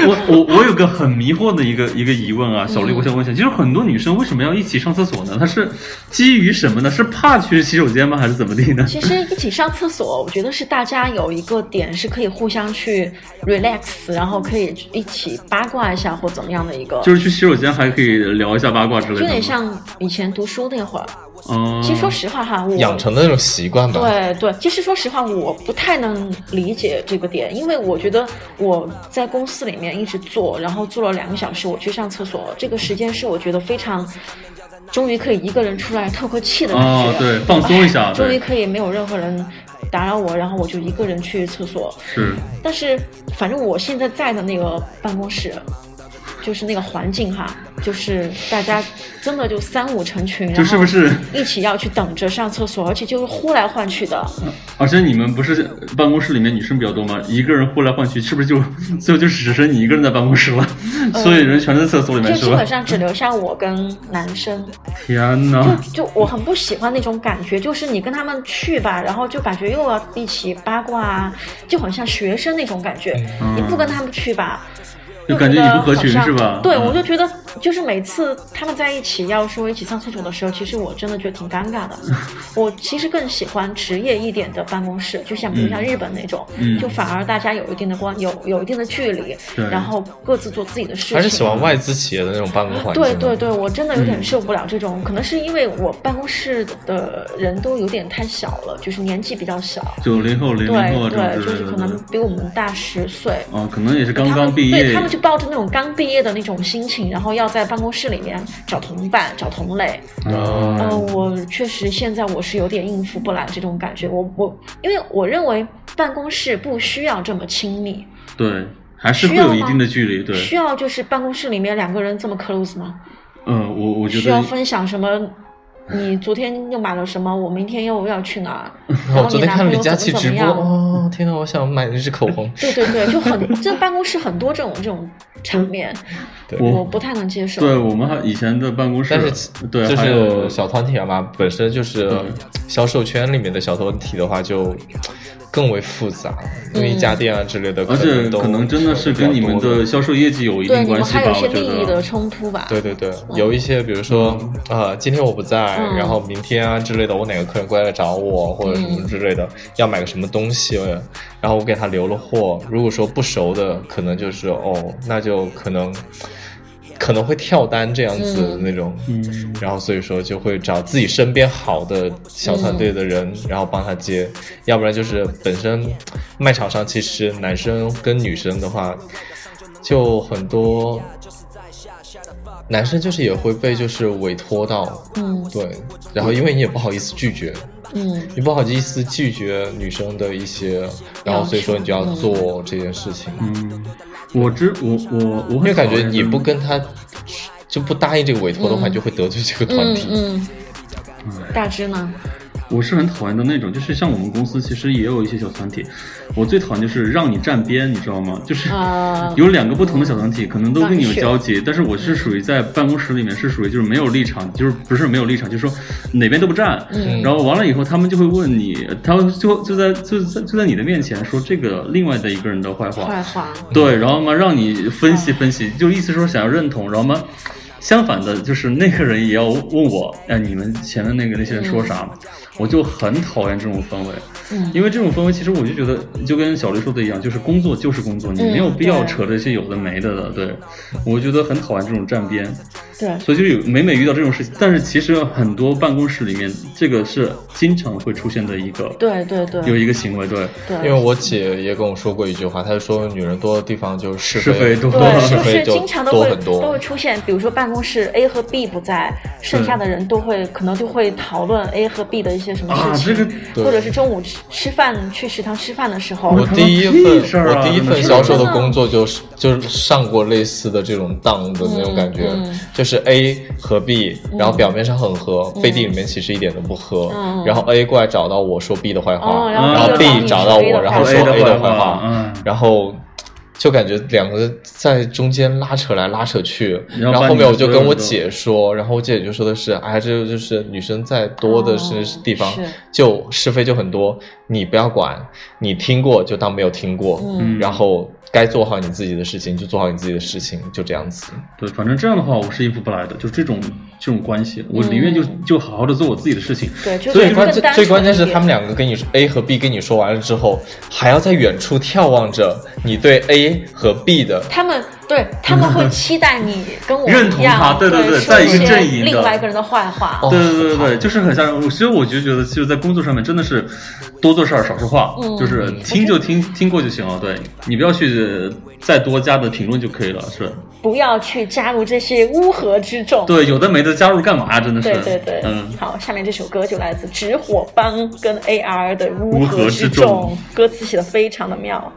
Speaker 6: 我我我有个很迷惑的一个一个疑问啊，小丽，我
Speaker 5: 嗯
Speaker 6: 想问一下，就是很多女生为什么要一起上厕所呢？她是基于什么呢？是怕去洗手间吗？还是怎么地呢？
Speaker 5: 其实一起上厕所，我觉得是大家有一个点是可以互相去 relax，然后可以一起八卦一下或怎么样的一个，
Speaker 6: 就是去洗手间还可以聊一下八卦之类
Speaker 5: 就
Speaker 6: 的
Speaker 5: 有
Speaker 6: 吗。
Speaker 5: 点像以前读书那会儿。
Speaker 6: 嗯，
Speaker 5: 其实说实话哈，我
Speaker 7: 养成的那种习惯吧，
Speaker 5: 对对，其实说实话，我不太能理解这个点，因为我觉得我在公司里面一直做，然后做了两个小时，我去上厕所，这个时间是我觉得非常，终于可以一个人出来透口气的感觉，
Speaker 6: 哦对放松一下
Speaker 5: 哎终于
Speaker 6: 对
Speaker 5: 可以没有任何人打扰我，然后我就一个人去厕所。
Speaker 6: 是
Speaker 5: 但是反正我现在在的那个办公室，就是那个环境哈，就是大家真的就三五成群，然
Speaker 6: 就
Speaker 5: 后
Speaker 6: 是不是
Speaker 5: 一起要去等着上厕所，而且就是呼来唤去的。
Speaker 6: 而且你们不是办公室里面女生比较多吗？一个人呼来唤去，是不是就
Speaker 5: 嗯
Speaker 6: 最后就只剩你一个人在办公室了？所有人全在厕所里
Speaker 5: 就
Speaker 6: 面是
Speaker 5: 基
Speaker 6: 吧
Speaker 5: 本？上只留下我跟男生，
Speaker 6: 天哪！
Speaker 5: 就我很不喜欢那种感觉，就是你跟他们去吧，然后就感觉又要一起八卦啊，就很像学生那种感觉。
Speaker 6: 嗯
Speaker 5: 你不跟他们去吧，
Speaker 6: 就
Speaker 5: 又
Speaker 6: 感觉
Speaker 5: 觉
Speaker 6: 你
Speaker 5: 得
Speaker 6: 不合群
Speaker 5: 好像
Speaker 6: 是吧
Speaker 5: 对，
Speaker 6: 嗯
Speaker 5: 我就觉得就是每次他们在一起要说一起上厕所的时候，其实我真的觉得挺尴 尬的。我其实更喜欢职业一点的办公室，就像比如像日本那种，
Speaker 6: 嗯
Speaker 5: 就反而大家有一定的关有有一定的距离，
Speaker 6: 对
Speaker 5: 然后各自做自己的事情。
Speaker 7: 还是喜欢外资企业的那种办公环境，
Speaker 5: 对对，对，我真的有点
Speaker 6: 嗯
Speaker 5: 受不了这种，可能是因为我办公室的人都有点太小了，就是年纪比较小，
Speaker 6: 九零后、零
Speaker 5: 对
Speaker 6: 零后这种
Speaker 5: 对，
Speaker 6: 之
Speaker 5: 就
Speaker 6: 类
Speaker 5: 是
Speaker 6: 的
Speaker 5: 可能比我们大十岁。
Speaker 6: 哦，可能也是刚
Speaker 5: 他
Speaker 6: 刚
Speaker 5: 们
Speaker 6: 毕业，
Speaker 5: 对他们就抱着那种刚毕业的那种心情，然后要在办公室里面找同伴、找同类。
Speaker 6: 哦
Speaker 5: 呃，我确实现在我是有点应付不来这种感觉。我我因为我认为办公室不需要这么亲密，
Speaker 6: 对，还是会
Speaker 5: 需要
Speaker 6: 有
Speaker 5: 吗
Speaker 6: 一定的距离。对，
Speaker 5: 需要就是办公室里面两个人这么 close 吗？
Speaker 6: 嗯，我我觉
Speaker 5: 需要
Speaker 6: 得
Speaker 5: 分享什么？你昨天又买了什么？我明天又要去哪儿？然
Speaker 7: 然后
Speaker 5: 后
Speaker 7: 我昨
Speaker 5: 你
Speaker 7: 天
Speaker 5: 男
Speaker 7: 看
Speaker 5: 朋
Speaker 7: 李
Speaker 5: 友怎
Speaker 7: 佳
Speaker 5: 么
Speaker 7: 琦
Speaker 5: 怎
Speaker 7: 直
Speaker 5: 么
Speaker 7: 播，
Speaker 5: 样？
Speaker 7: 哦，天呐，我想买那支口红，
Speaker 5: 对对对，就很 这办公室很多这种这种场面，我
Speaker 6: 我
Speaker 5: 不太能接受。
Speaker 6: 对我们还以前的办公室
Speaker 7: 但是，
Speaker 6: 对
Speaker 7: 就
Speaker 6: 还
Speaker 7: 是
Speaker 6: 有
Speaker 7: 小团体啊嘛，本身就是销售圈里面的小团体的话，就更为复杂，因
Speaker 5: 嗯
Speaker 7: 为家电啊之类的，
Speaker 6: 而且
Speaker 7: 都
Speaker 6: 可能真的是跟你们的销售业绩有一
Speaker 5: 对
Speaker 6: 定
Speaker 5: 你
Speaker 6: 关
Speaker 5: 们
Speaker 6: 系吧
Speaker 5: 还有，一
Speaker 6: 我
Speaker 5: 些
Speaker 6: 觉
Speaker 5: 利益的
Speaker 6: 得。
Speaker 5: 冲突吧？
Speaker 7: 对对对，有一些比如说，呃，今天我不在，
Speaker 5: 嗯
Speaker 7: 然后明天啊之类的，我哪个客人过来找我，或者什么之类的，要买个什么东西，然后我给他留了货。如果说不熟的，可能就是哦，那就可能可能会跳单这样子的那种，
Speaker 6: 嗯
Speaker 7: 然后所以说就会找自己身边好的小团队的人，
Speaker 5: 嗯
Speaker 7: 然后帮他接，要不然就是本身卖场上其实男生跟女生的话，就很多男生就是也会被就是委托到，
Speaker 5: 嗯
Speaker 7: 对，然后因为你也不好意思拒绝，
Speaker 5: 嗯
Speaker 7: 你不好意思拒绝女生的一些，然后所以说你就要做这件事情，
Speaker 6: 嗯，我知我我我
Speaker 7: 因为
Speaker 6: 很
Speaker 7: 感觉
Speaker 6: 讨厌
Speaker 7: 你
Speaker 6: 这
Speaker 7: 不
Speaker 6: 种
Speaker 7: 跟他就不答应这个委托的话，
Speaker 5: 嗯
Speaker 7: 你就会得罪这个团
Speaker 5: 嗯
Speaker 7: 体。
Speaker 5: 嗯。大致呢？
Speaker 6: 我是很讨厌的那种，就是像我们公司其实也有一些小团体，我最讨厌就是让你站边，你知道吗？就是
Speaker 5: 啊
Speaker 6: 有两个不同的小团体，可能都跟你有
Speaker 5: 让你选
Speaker 6: 交集，但是我是属于在办公室里面是属于就是没有立场，就是不是没有立场，就是说哪边都不站，然后完了以后他们就会问你，他们就就在就在就在你的面前说这个另外的一个人的坏话，
Speaker 5: 坏话，
Speaker 6: 对，然后嘛，让你分
Speaker 5: 嗯
Speaker 6: 析分析，就意思说想要认同，然后嘛，相反的，就是那个人也要问我，哎，你们前面那个那些人说啥？我就很讨厌这种氛围，
Speaker 5: 嗯
Speaker 6: 因为这种氛围，其实我就觉得，就跟小刘说的一样，就是工作就是工作，你
Speaker 5: 嗯
Speaker 6: 没有必要
Speaker 5: 对
Speaker 6: 扯这些有的没的的。对，我觉得很讨厌这种站边。
Speaker 5: 对，
Speaker 6: 所以就有每每遇到这种事情，但是其实很多办公室里面，这个是经常会出现的一个，
Speaker 5: 对对对
Speaker 6: 有一个行为，对，
Speaker 5: 对，
Speaker 7: 因为我姐也跟我说过一句话，她就说女人多的地方就是
Speaker 6: 是非多
Speaker 5: 对，
Speaker 7: 是
Speaker 5: 就
Speaker 7: 非
Speaker 5: 是
Speaker 7: 就
Speaker 5: 经常都
Speaker 7: 多
Speaker 5: 会
Speaker 7: 很
Speaker 5: 都会
Speaker 7: 多。
Speaker 5: 出现，比如说办公室 A 和 B 不在，剩下的人都会可能就会讨论 A 和 B 的一些什么
Speaker 6: 嗯啊
Speaker 5: 事
Speaker 6: 这
Speaker 5: 情
Speaker 6: 个，
Speaker 7: 对
Speaker 5: 或者是中午吃吃饭去食堂吃饭的时候，
Speaker 6: 嗯
Speaker 7: 我第一
Speaker 6: 屁
Speaker 7: 份
Speaker 6: 事儿啊
Speaker 7: 我第一
Speaker 6: 那
Speaker 7: 份
Speaker 6: 是
Speaker 7: 销售的工作就是就是上过类似的这种当的那种感觉，
Speaker 5: 嗯
Speaker 7: 就是 A 和 B，然后表面上很合，背地里面其实一点都不合。
Speaker 5: 嗯
Speaker 7: 然后 A 过来找到我说 B 的坏话，
Speaker 5: 哦然后
Speaker 7: 然后
Speaker 6: B
Speaker 7: B
Speaker 6: 又找
Speaker 5: 你
Speaker 7: 找
Speaker 5: 说
Speaker 7: 到
Speaker 5: A 的
Speaker 7: 我，然后
Speaker 5: 坏
Speaker 7: 说
Speaker 5: 话
Speaker 7: A 的坏
Speaker 6: 话
Speaker 7: 话，
Speaker 6: 嗯
Speaker 7: 然后。就感觉两个在中间拉扯来拉扯去，
Speaker 6: 然
Speaker 7: 然
Speaker 6: 后把
Speaker 7: 后后
Speaker 6: 你
Speaker 7: 面我就
Speaker 6: 所有
Speaker 7: 跟
Speaker 6: 人
Speaker 7: 我
Speaker 6: 都
Speaker 7: 姐说，然后我姐就说的是，哎，这个就是女生在多的是
Speaker 5: 哦
Speaker 7: 地方，
Speaker 5: 是
Speaker 7: 就是非就很多，你不要管，你听过就当没有听过，
Speaker 5: 嗯
Speaker 7: 然后该做好你自己的事情就做好你自己的事情，就这样子。
Speaker 6: 对，反正这样的话我是应付不来的，就这种这种关系，我宁愿就就好好的做我自己的事情。
Speaker 5: 嗯对，就
Speaker 6: 所以
Speaker 5: 是
Speaker 7: 关
Speaker 5: 更
Speaker 7: 键
Speaker 5: 嗯单
Speaker 7: 最关键
Speaker 5: 纯一
Speaker 7: 是
Speaker 5: 点
Speaker 7: 他们两个跟你说 A 和 B 跟你说完了之后，还要在远处眺望着你对 A 和 B 的
Speaker 5: 他们对他们会期待你跟我
Speaker 6: 认
Speaker 5: 一
Speaker 6: 同
Speaker 5: 样
Speaker 6: 他对对对
Speaker 5: 对，
Speaker 6: 在一个
Speaker 5: 说些
Speaker 6: 阵营的
Speaker 5: 另外一个人的坏话。
Speaker 7: 哦
Speaker 6: 对对对对，就是很吓人。我其实我就觉得，其实，在工作上面真的是多做事儿少说话，
Speaker 5: 嗯
Speaker 6: 就是听就听听过就行了。对你不要去再多加的评论就可以了，是。
Speaker 5: 不要去加入这些乌合之众。
Speaker 6: 对，有的没的加入干嘛呀？真的是。
Speaker 5: 对对对
Speaker 6: 嗯，
Speaker 5: 好，下面这首歌就来自直火帮跟 AR 的《
Speaker 6: 乌
Speaker 5: 乌
Speaker 6: 合
Speaker 5: 合
Speaker 6: 之
Speaker 5: 之
Speaker 6: 众
Speaker 5: 众》，歌词写的非常的妙。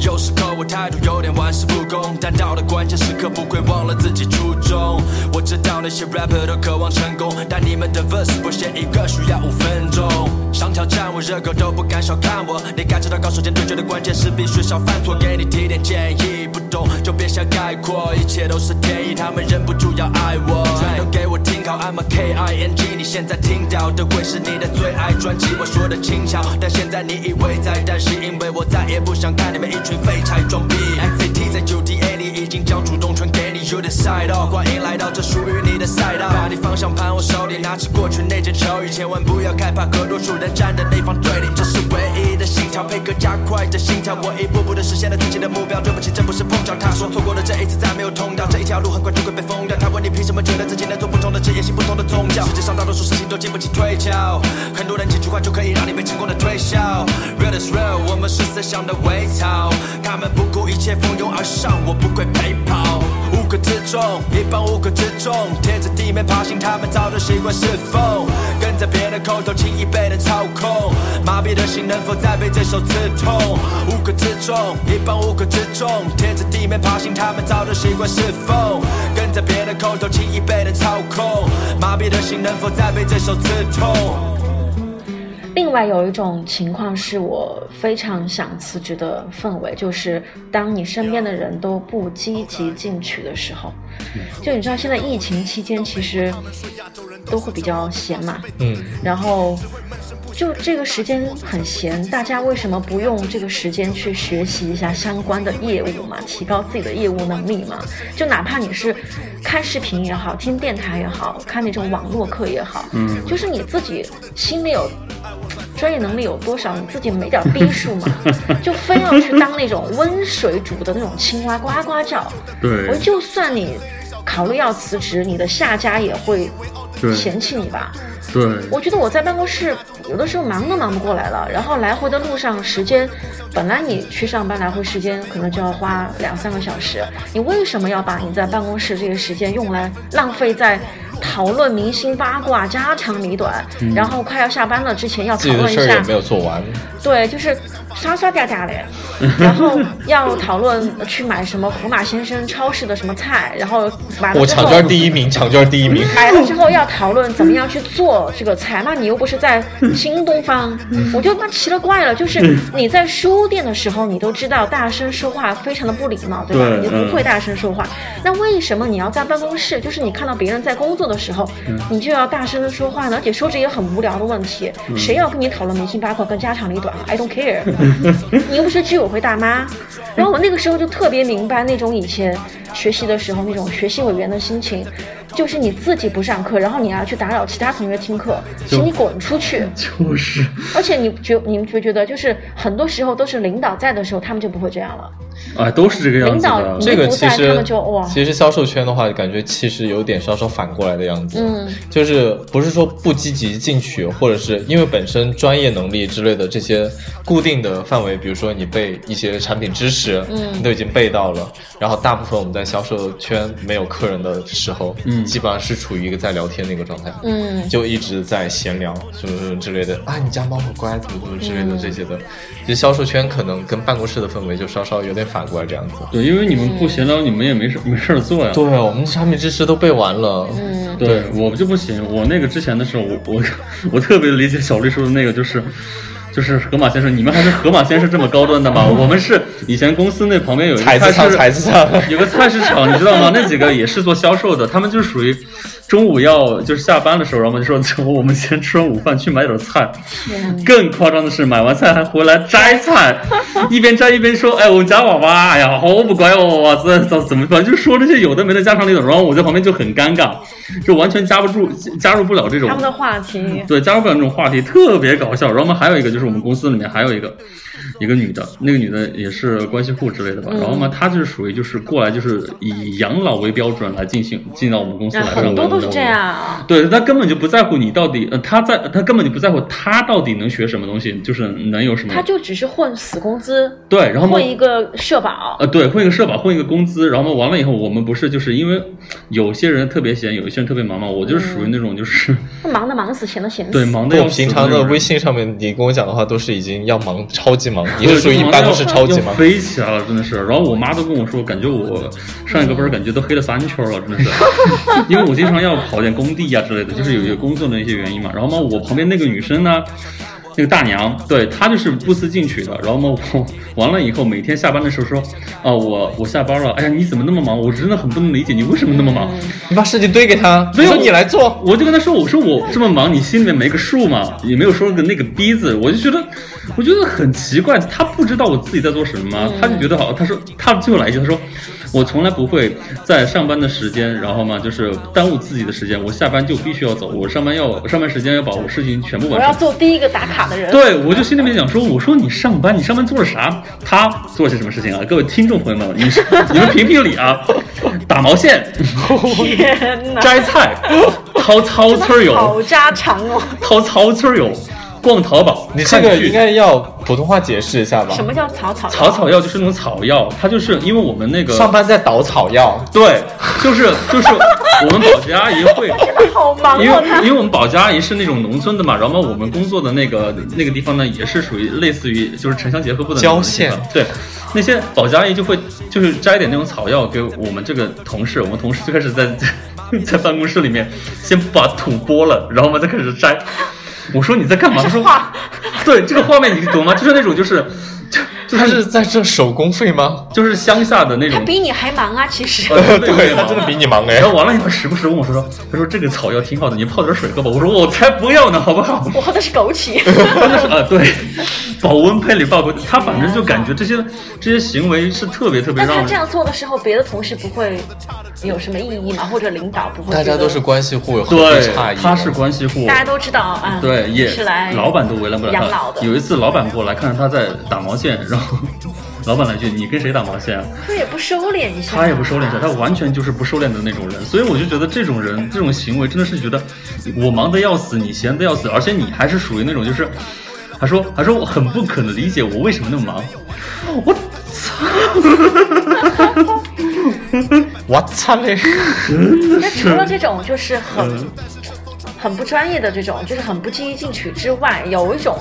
Speaker 8: 有时候我态度有点玩世不恭，但到了关键时刻不会忘了自己初衷。我知道那些 rapper 都渴望成功，但你们的 verse 我写一个需要五分钟。想挑战我热狗都不敢小看我，你该知道高手间对决的关键是必须少犯错，给你提点建议，不懂就别瞎概括，一切都是天意，他们忍不住要爱我。全都给我听好，I'm a K I N G，你现在听到的会是你的最爱专辑，我说的轻巧，但现在你以为在，但是因为我再也不想看你们一群废柴装逼。XCT 在 9DA 里已经将主动权给你，You decide all，欢迎来到这属于你的赛道，把你方向盘我手里，拿起过去那件球衣，千万不要害怕和多数人站的那方对立，这是唯一的信条，配合加快的心跳，我一步步的实现了自己的目标，对不起，这不是碰巧，他说错过了这一次再没有通道，这一条路很快就会被封掉，他问你凭什么觉得自己能做不同的职业，信不同的宗教，世界上大多数事情都经不起推敲，很多人几句话就可以让你被成功的推销，Real is real，我们是思想的围草，他们不顾一切蜂拥而上，我不会陪跑。无可之众，一帮无可之众，贴着地面爬行，他们早就习惯侍奉，跟在别人口头轻易被人操控，麻痹的心能否再被这首刺痛？无可之众，一帮无可之众，贴着地面爬行，他们早就习惯侍奉，跟在别人口头轻易被人操控，麻痹的心能否再被这首刺痛？
Speaker 5: 另外有一种情况是我非常想辞职的氛围，就是当你身边的人都不积极进取的时候，就你知道现在疫情期间其实都会比较闲嘛，
Speaker 7: 嗯，
Speaker 5: 然后就这个时间很闲，大家为什么不用这个时间去学习一下相关的业务嘛，提高自己的业务能力嘛？就哪怕你是看视频也好，听电台也好，看那种网络课也好，嗯，就是你自己心里有专业能力有多少，你自己没点逼数 嘛，就非要去当那种温水煮的那种青蛙呱呱叫。
Speaker 6: 对
Speaker 5: 我就算你考虑要辞职，你的下家也会
Speaker 6: 对
Speaker 5: 嫌弃你吧。
Speaker 6: 对
Speaker 5: 我觉得我在办公室有的时候忙都忙不过来了，然后来回的路上时间，本来你去上班来回时间可能就要花两三个小时，你为什么要把你在办公室这个时间用来浪费在讨论明星八卦、家长里短，然后快要下班了之前要
Speaker 7: 嗯自
Speaker 5: 讨
Speaker 7: 己的
Speaker 5: 论一
Speaker 7: 事儿
Speaker 5: 下
Speaker 7: 也没有做完，
Speaker 5: 对，就是刷刷嗲嗲嘞，然后要讨论去买什么胡马先生超市的什么菜，然后买了
Speaker 7: 我
Speaker 5: 之后
Speaker 7: 抢券第一名，抢券第一名。
Speaker 5: 买了之后要讨论怎么样去做这个菜，那你又不是在新东方，我就他妈奇了怪了，就是你在书店的时候，你都知道大声说话非常的不礼貌，对吧？
Speaker 6: 对
Speaker 5: 你就
Speaker 6: 嗯
Speaker 5: 不会大声说话，那为什么你要在办公室？就是你看到别人在工作的时候，你就要大声的说话呢，而且说这些很无聊的问题，谁要跟你讨论明星八卦跟家长里短？I don't care，你又不是居委会大妈。然后我那个时候就特别明白那种以前学习的时候那种学习委员的心情，就是你自己不上课，然后你还要去打扰其他同学听课，请你滚出去。
Speaker 6: 就是
Speaker 5: 而且你觉你们觉不觉得，就是很多时候都是领导在的时候，他们就不会这样了。
Speaker 6: 啊，都是这个样子
Speaker 5: 领导
Speaker 6: 的。
Speaker 7: 这个
Speaker 5: 不
Speaker 7: 其
Speaker 5: 在他
Speaker 7: 实
Speaker 5: 们就哇
Speaker 7: 其实销售圈的话，感觉其实有点稍稍反过来的样子。嗯，就是不是说不积极进取，或者是因为本身专业能力之类的这些固定的范围，比如说你背一些产品知识，嗯，你都已经背到了。然后大部分我们在销售圈没有客人的时候，嗯，基本上是处于一个在聊天的一个状态，嗯，就一直在闲聊，什么什么之类的啊，你家猫很乖，怎么怎么之类的这些的。其实销售圈可能跟办公室的氛围就稍稍有点反过来这样子。
Speaker 6: 对，因为你
Speaker 5: 嗯
Speaker 6: 们不闲聊，你们也没事没事儿做呀。
Speaker 7: 对，我们产品知识都背完了。
Speaker 6: 对我就不行，我那个之前的时候，我我 我特别理解小绿说的那个，就是就是河马先生，你们还是河马先生这么高端的吗？我们是以前公司那旁边有一个
Speaker 7: 台
Speaker 6: 菜
Speaker 7: 子上，
Speaker 6: 市
Speaker 7: 台子上，
Speaker 6: 有个菜市场，你知道吗？那几个也是做销售的，他们就属于中午要就是下班的时候，然后就说走我们先吃完午饭去买点菜。
Speaker 5: 啊
Speaker 6: 更夸张的是，买完菜还回来摘菜，一边摘一边说：“哎，我们家娃娃，哎呀，好不乖哦，哇这怎怎么反正就说这些有的没的家长里短。”然后我在旁边就很尴尬，就完全加不住加入不了这种
Speaker 5: 他们的话题，
Speaker 6: 对，加入不了那种话题，特别搞笑。然后我们还有一个就是我们公司里面还有一
Speaker 5: 嗯
Speaker 6: 个一个女的，那个女的也是关系户之类的吧。然后
Speaker 5: 嗯
Speaker 6: 嘛，她就是属于就是过来就是以养老为标准来进行进到我们公司
Speaker 5: 那
Speaker 6: 来上
Speaker 5: 很
Speaker 6: 班
Speaker 5: 多
Speaker 6: 的。
Speaker 5: 都是这样。啊
Speaker 6: 对他根本就不在乎你到底，呃，他在他根本就不在乎他到底能学什么东西，就是能有什么
Speaker 5: 他。就只是混死工资，
Speaker 6: 对，然后嘛
Speaker 5: 混一个社保，
Speaker 6: 呃，对，混一个社保，混一个工资，然后嘛，完了以后，我们不是就是因为有些人特别闲，有一些人特别忙嘛，我就是
Speaker 5: 嗯
Speaker 6: 属于那种就是、
Speaker 5: 他忙的忙死，闲的闲死。
Speaker 6: 对忙的
Speaker 7: 跟
Speaker 6: 要
Speaker 7: 我
Speaker 6: 死
Speaker 7: 平常的
Speaker 6: 那种人
Speaker 7: 微信上面，你跟我讲的话都是已经要忙，超级忙，你
Speaker 6: 对
Speaker 7: 是属于
Speaker 6: 就
Speaker 7: 办公室超级
Speaker 6: 要
Speaker 7: 忙。
Speaker 6: 飞起来了，真的是。然后我妈都跟我说，感觉我上一个班儿感觉都黑了三圈了，真的 是。因为我经常要跑点工地呀、啊之类的，就是有有工作的一些原因嘛。然后嘛，我旁边那个女生呢。那个大娘，对她就是不思进取的。然后嘛，我完了以后，每天下班的时候说，啊，我我下班了，哎呀，你怎么那么忙？我真的很不能理解你为什么那么忙。
Speaker 7: 你把事情堆给他，
Speaker 6: 没
Speaker 7: 没
Speaker 6: 有
Speaker 7: 有你来做。
Speaker 6: 我就跟他说，我说我这么忙，你心里面没个数吗？也没有说个那个逼字，我就觉得，我觉得很奇怪，他不知道我自己在做什么吗？他就觉得好，他说他最后来一句，他说我从来不会在上班的时间，然后嘛就是耽误自己的时间，我下班就必须要走，我上班要上班时间要把我事情全部
Speaker 5: 我
Speaker 6: 完
Speaker 5: 要
Speaker 6: 成。
Speaker 5: 做第一个打卡的人。
Speaker 6: 对，我就心里面想说，我说你上班，你上班做了啥？他做了些什么事情啊？各位听众朋友们，你是你们评评理啊！打毛线、
Speaker 5: 天哪，
Speaker 6: 摘 菜、掏糙村儿油，
Speaker 5: 嗯好家常哦！
Speaker 6: 掏曹村有，逛淘宝，
Speaker 7: 你这
Speaker 6: 看
Speaker 7: 个
Speaker 6: 剧
Speaker 7: 应该要普通话解释一下吧
Speaker 5: 什？么叫草草？
Speaker 6: 草草药就是那种草药，它就是因为我们那个
Speaker 7: 上班在倒草药，
Speaker 6: 对，就是就是我们保洁阿姨会。
Speaker 5: 好忙
Speaker 6: 因
Speaker 5: 哦，
Speaker 6: 为
Speaker 5: 他
Speaker 6: 因为我们保洁阿姨是那种农村的嘛，然后我们工作的那个那个地方呢，也是属于类似于就是城乡结合部的那种
Speaker 7: 郊县
Speaker 6: 地方对，那些保洁阿姨就会就是摘点那种草药给我们这个同事，我们同事就开始在 在办公室里面先把土拨了，然后我们再开始摘。我说你在干嘛？他说
Speaker 5: 画，
Speaker 6: 对这个画面你懂吗？就是那种就是就就
Speaker 7: 他
Speaker 6: 是
Speaker 7: 是在这手工费 吗？
Speaker 6: 就是乡下的那
Speaker 5: 他
Speaker 6: 种。
Speaker 5: 比你还忙啊，其实。
Speaker 6: 呃
Speaker 7: 对他真的比你忙哎
Speaker 6: 然。后完了以后，时不时问我说说，他说这个草药挺好的，你泡点水喝吧。我说我才不要呢，好不好？
Speaker 5: 我喝的是枸杞，
Speaker 6: 真的是啊，对，保温杯里放过，他反正就感觉这些这些行为是特别特别
Speaker 5: 但他
Speaker 6: 让
Speaker 5: 这
Speaker 6: 人。
Speaker 5: 样做的时候，别的同事不会有什么异议吗？或者领导不会？
Speaker 7: 大家都是，关系户，有何必诧
Speaker 6: 对，
Speaker 7: 异呢？
Speaker 6: 他是关系户
Speaker 5: 大，家都知道啊。
Speaker 6: 对，也
Speaker 5: 是来
Speaker 6: 老板都为难不了
Speaker 5: 养老
Speaker 6: 他。
Speaker 5: 的
Speaker 6: 有一次，老板过来看他在打毛线，然后 老板来一句：“你跟谁打毛线啊
Speaker 5: 他也不收敛一？”下，
Speaker 6: 他也不收敛一 下，他完全就是不收敛的那种人。所以我就觉得这种人这种行为真的是觉得我忙得要死，你闲得要死，而且你还是属于那种就是，他说他说我很不可能理解我为什么那么忙，我
Speaker 7: 我操嘞！
Speaker 5: 那除了这种就是很
Speaker 6: 嗯
Speaker 5: 很不专业的这种，就是很不积极进取之外，有一种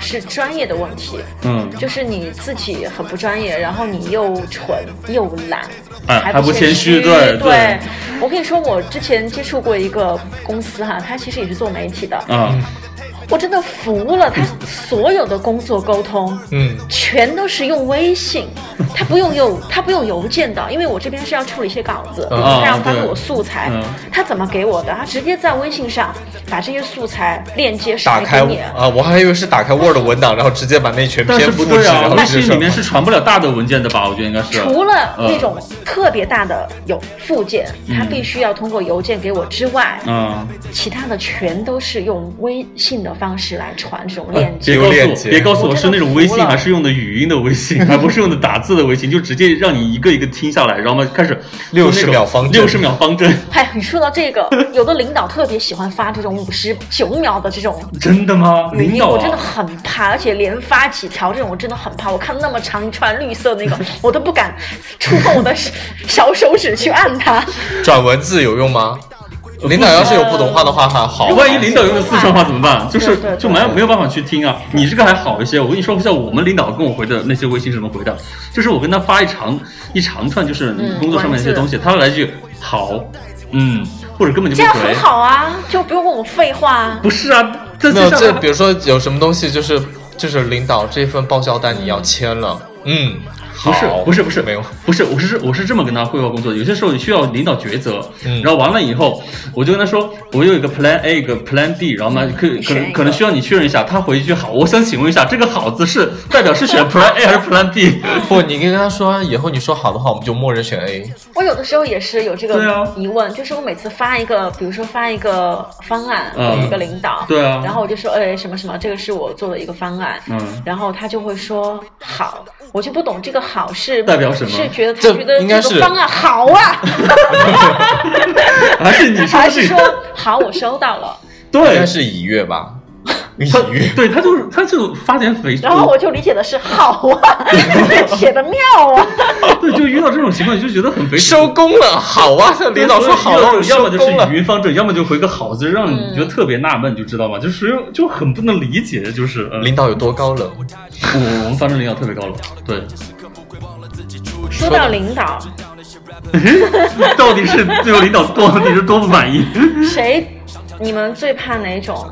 Speaker 5: 是专业的问题，
Speaker 6: 嗯。
Speaker 5: 就是你自己很不专业，然后你又蠢又懒，
Speaker 6: 哎还不
Speaker 5: 不
Speaker 6: 谦虚
Speaker 5: 虚。
Speaker 6: 对对
Speaker 5: 我跟你说，我之前接触过一个公司哈，他其实也是做媒体的，
Speaker 6: 啊，
Speaker 5: 我真的服了，他所有的工作沟通，
Speaker 7: 嗯，
Speaker 5: 全都是用微信，他不用用他不用邮件的，因为我这边是要处理一些稿子，
Speaker 6: 嗯
Speaker 5: 他要
Speaker 6: 嗯
Speaker 5: 发给
Speaker 6: 对
Speaker 5: 我素材
Speaker 6: 嗯，
Speaker 5: 他怎么给我的？他直接在微信上把这些素材链接
Speaker 7: 打
Speaker 5: 甩
Speaker 7: 开
Speaker 5: 给你。
Speaker 7: 啊，我还以为是打开 Word 文档，然后直接把那全
Speaker 6: 但是
Speaker 7: 篇
Speaker 6: 不
Speaker 7: 复制，
Speaker 6: 会啊
Speaker 7: 然，后
Speaker 6: 微
Speaker 7: 直
Speaker 6: 信
Speaker 7: 接
Speaker 6: 里面是传不了大的文件的吧？我觉得应该是。
Speaker 5: 除了
Speaker 6: 嗯
Speaker 5: 那种特别大的有附件，他
Speaker 7: 嗯
Speaker 5: 必须要通过邮件给我之外，
Speaker 6: 嗯，
Speaker 5: 其他的全都是用微信的方式来传这种
Speaker 6: 呃
Speaker 5: 链接。
Speaker 6: 别告
Speaker 7: 有
Speaker 6: 诉
Speaker 7: 链
Speaker 6: 我，
Speaker 7: 接
Speaker 6: 别告诉我是那种微信，
Speaker 5: 我真的服了
Speaker 6: 还是用的语音的微信，还不是用的打字的微信，就直接让你一个一个听下来，然后嘛开始
Speaker 7: 60秒方阵
Speaker 6: 六十秒方针，
Speaker 5: 嗨，你说到这个，有的领导特别喜欢发这种五十九秒的这种
Speaker 6: 真的吗？
Speaker 5: 语
Speaker 6: 领
Speaker 5: 音，
Speaker 6: 导
Speaker 5: 我真的
Speaker 6: 啊，
Speaker 5: 很怕，而且连发几条这种我真的很怕。我看那么长一串绿色 那个，我都不敢触碰我的小小手指去按它。
Speaker 7: 转文字有用吗？领导要是有不懂话的话，还好。
Speaker 6: 万一领导用的四川话怎么办？就
Speaker 5: 对
Speaker 6: 是
Speaker 5: 对对
Speaker 6: 就没有没有办法去听啊。你这个还好一些，我跟你说，像我们领导跟我回的那些微信是怎么回的，就是我跟他发一长一长串，就是
Speaker 5: 嗯
Speaker 6: 工作上面的一些
Speaker 5: 文字
Speaker 6: 东西，他来一句好，嗯，或者根本就
Speaker 5: 这
Speaker 6: 不
Speaker 5: 样
Speaker 6: 回
Speaker 5: 很。好啊，就不用问我废话啊。
Speaker 6: 不是啊，这
Speaker 7: 没有
Speaker 6: 上
Speaker 7: 这，比如说有什么东西，就是就是领导这份报销单你要签了，嗯，
Speaker 6: 不是
Speaker 7: 好
Speaker 6: 不是不是
Speaker 7: 没有，
Speaker 6: 不是，我是我是这么跟他汇报工作的。有些时候你需要领导抉择，
Speaker 7: 嗯
Speaker 6: 然后完了以后，我就跟他说，我有一个 Plan A，一个 Plan B，然后嘛，
Speaker 7: 嗯
Speaker 6: 可可
Speaker 5: 选一
Speaker 6: 能
Speaker 5: 个
Speaker 6: 可能需要你确认一下。他回一句好，我想请问一下，这个好字是代表是选 Plan A 还是 Plan B？
Speaker 7: 不，你跟他说以后你说好的话，我们就默认选 A。
Speaker 5: 我有的时候也是有这
Speaker 6: 对啊
Speaker 5: 个疑问，就是我每次发一个，比如说发一个方案
Speaker 6: 嗯
Speaker 5: 给一个领导，
Speaker 6: 对啊
Speaker 5: 然后我就说，哎，什么什么，这个是我做的一个方案，
Speaker 6: 嗯
Speaker 5: 然后他就会说好，我就不懂这个好是
Speaker 6: 代表什么
Speaker 5: 是觉得他
Speaker 7: 这
Speaker 5: 觉得
Speaker 7: 应
Speaker 5: 这
Speaker 7: 该
Speaker 5: 个
Speaker 7: 是
Speaker 5: 方案好 啊，
Speaker 6: 还是你说
Speaker 5: 还
Speaker 6: 的这
Speaker 5: 是说
Speaker 6: 个？
Speaker 5: 好我收到了，
Speaker 7: 应该
Speaker 6: 对，
Speaker 7: 是已阅吧？已
Speaker 6: 他
Speaker 7: 阅。
Speaker 6: 对他就是他就发点匪，
Speaker 5: 然后我就理解的是好啊， 写的妙 啊，
Speaker 6: 对就遇到这种情况你就觉得很匪。
Speaker 7: 收工了，好啊！向 领导说好了，我
Speaker 6: 要
Speaker 7: 们
Speaker 6: 要
Speaker 7: 收
Speaker 6: 么就是
Speaker 7: 工了
Speaker 6: 语。音方阵，要么就回个好字，让你觉
Speaker 5: 嗯
Speaker 6: 得特别纳闷，你就知道吗？就是就很不能理解，就是嗯
Speaker 7: 领导有多高冷？
Speaker 6: 我我们方阵领导特别高冷，对，
Speaker 5: 说到领导，
Speaker 6: 到底是最后领导多到底是多不满意？
Speaker 5: 谁你们最怕哪种？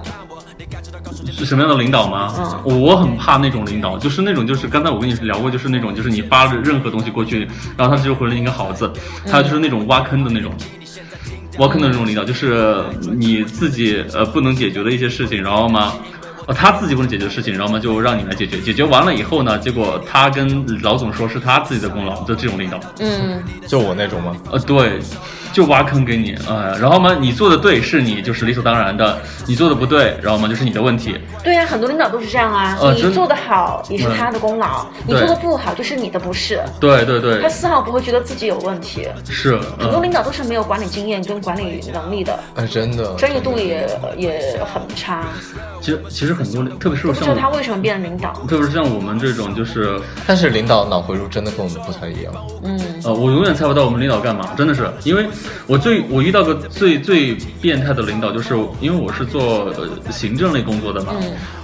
Speaker 6: 是什么样的领导吗？我我很怕那种领导，就是那种就是刚才我跟你聊过，就是那种就是你发了任何东西过去，然后他就回了一个好字，还有就是那种挖坑的那种。挖坑的那种领导，就是你自己呃不能解决的一些事情，然后嘛，呃他自己不能解决的事情，然后嘛就让你来解决，解决完了以后呢，结果他跟老总说是他自己的功劳，就这种领导。
Speaker 5: 嗯，
Speaker 7: 就我那种吗？
Speaker 6: 呃，对，就挖坑给你，呃，然后嘛，你做的对是你就是理所当然的，你做的不对，然后嘛就是你的问题，
Speaker 5: 对呀、很多领导都是这样啊。
Speaker 6: 呃
Speaker 5: 你
Speaker 6: 真
Speaker 5: 做得好也是
Speaker 6: 嗯
Speaker 5: 他的功劳，你
Speaker 6: 对
Speaker 5: 做得不好就是你的不是。
Speaker 6: 对对
Speaker 5: 他
Speaker 6: 对，
Speaker 5: 丝毫不会觉得自己有问题。
Speaker 6: 是，
Speaker 5: 很多
Speaker 6: 嗯，
Speaker 5: 领导都是没有管理经验跟管理能力的，
Speaker 7: 哎，真的，
Speaker 5: 专业度也也很差，
Speaker 6: 其实其实很多，特别是
Speaker 5: 不知
Speaker 6: 像
Speaker 5: 道他
Speaker 6: 我，
Speaker 5: 为什么变成领导。
Speaker 6: 特别是像我们这种就是，
Speaker 7: 但是领导脑回路真的跟我们不太一样。
Speaker 6: 呃，我永远猜不到我们领导干嘛，真的是，因为我最我遇到个最最变态的领导，就是因为我是做、呃、行政类工作的嘛，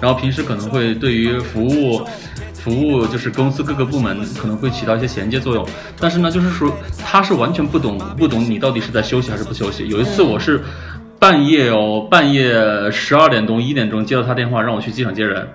Speaker 6: 然后平时可能会对于服务。服务就是公司各个部门可能会起到一些衔接作用，但是呢，就是说他是完全不懂不懂你到底是在休息还是不休息。有一次我是半夜哦，半夜十二点钟一点钟接到他电话，让我去机场接人，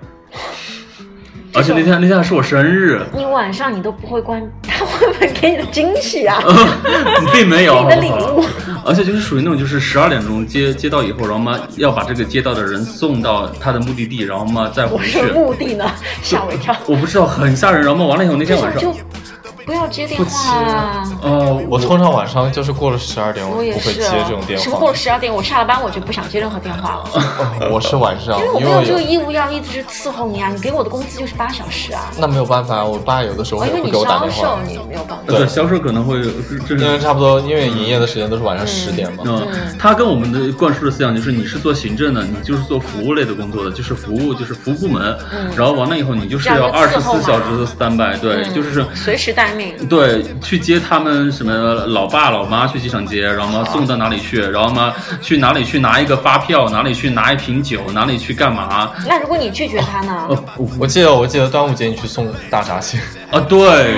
Speaker 6: 而且那天那天还是我生日，
Speaker 5: 你晚上你都不会关，他会不会给你的惊喜
Speaker 6: 呃
Speaker 5: 啊？
Speaker 6: 并没有，
Speaker 5: 给你的
Speaker 6: 好不好
Speaker 5: 礼物
Speaker 6: 而且就是属于那种，就是十二点钟接接到以后，然后嘛要把这个接到的人送到他的目的地，然后嘛再
Speaker 5: 我
Speaker 6: 回去
Speaker 5: 是。目的呢，吓我一跳。
Speaker 6: 我不知道，很吓人。然后嘛完了以后，那
Speaker 5: 这
Speaker 6: 天晚
Speaker 5: 种
Speaker 6: 上
Speaker 5: 就，不要接电话啊。
Speaker 6: 呃，
Speaker 7: 我通常晚上就是过了十二点，我
Speaker 5: 我也
Speaker 7: 不会
Speaker 5: 是
Speaker 7: 接
Speaker 5: 啊，
Speaker 7: 这种电
Speaker 5: 什么过
Speaker 7: 话
Speaker 5: 了。十二点，我下了班我就不想接任何电话了。
Speaker 7: 我是晚上，
Speaker 5: 因为我
Speaker 7: 因
Speaker 5: 没有这个
Speaker 7: 为
Speaker 5: 义务要一直伺候你啊，你给我的工资就是八小时啊，
Speaker 7: 那没有办法，我爸有的时候
Speaker 5: 哦，因为
Speaker 7: 会
Speaker 5: 你
Speaker 7: 给我打
Speaker 5: 销
Speaker 7: 电
Speaker 5: 售
Speaker 7: 话，
Speaker 5: 你没有办法。
Speaker 6: 对销售可能会这
Speaker 7: 因为
Speaker 6: 是。
Speaker 7: 差不多，因为营业的时间都是晚上十点嘛。
Speaker 6: 嗯，他跟我们的灌输的思想就是，你是做行政的，你就是做服务类的工作的，就是服务，就是服务部门。
Speaker 5: 嗯
Speaker 6: 然后完了以后，你就是要
Speaker 5: 这样
Speaker 6: 二
Speaker 5: 就
Speaker 6: 十
Speaker 5: 伺候
Speaker 6: 四
Speaker 5: 嘛
Speaker 6: 小时的 standby，对，
Speaker 5: 嗯
Speaker 6: 就是
Speaker 5: 随时待命，
Speaker 6: 对，去接他们什么老爸老妈去机场接，然后嘛送到哪里去，然后嘛去哪里去拿一个发票，哪里去拿一瓶酒，哪里去干嘛？
Speaker 5: 那如果你拒绝他呢？
Speaker 6: 呃，我
Speaker 7: 我记得，我记得端午节你去送大闸蟹，
Speaker 6: 啊，对，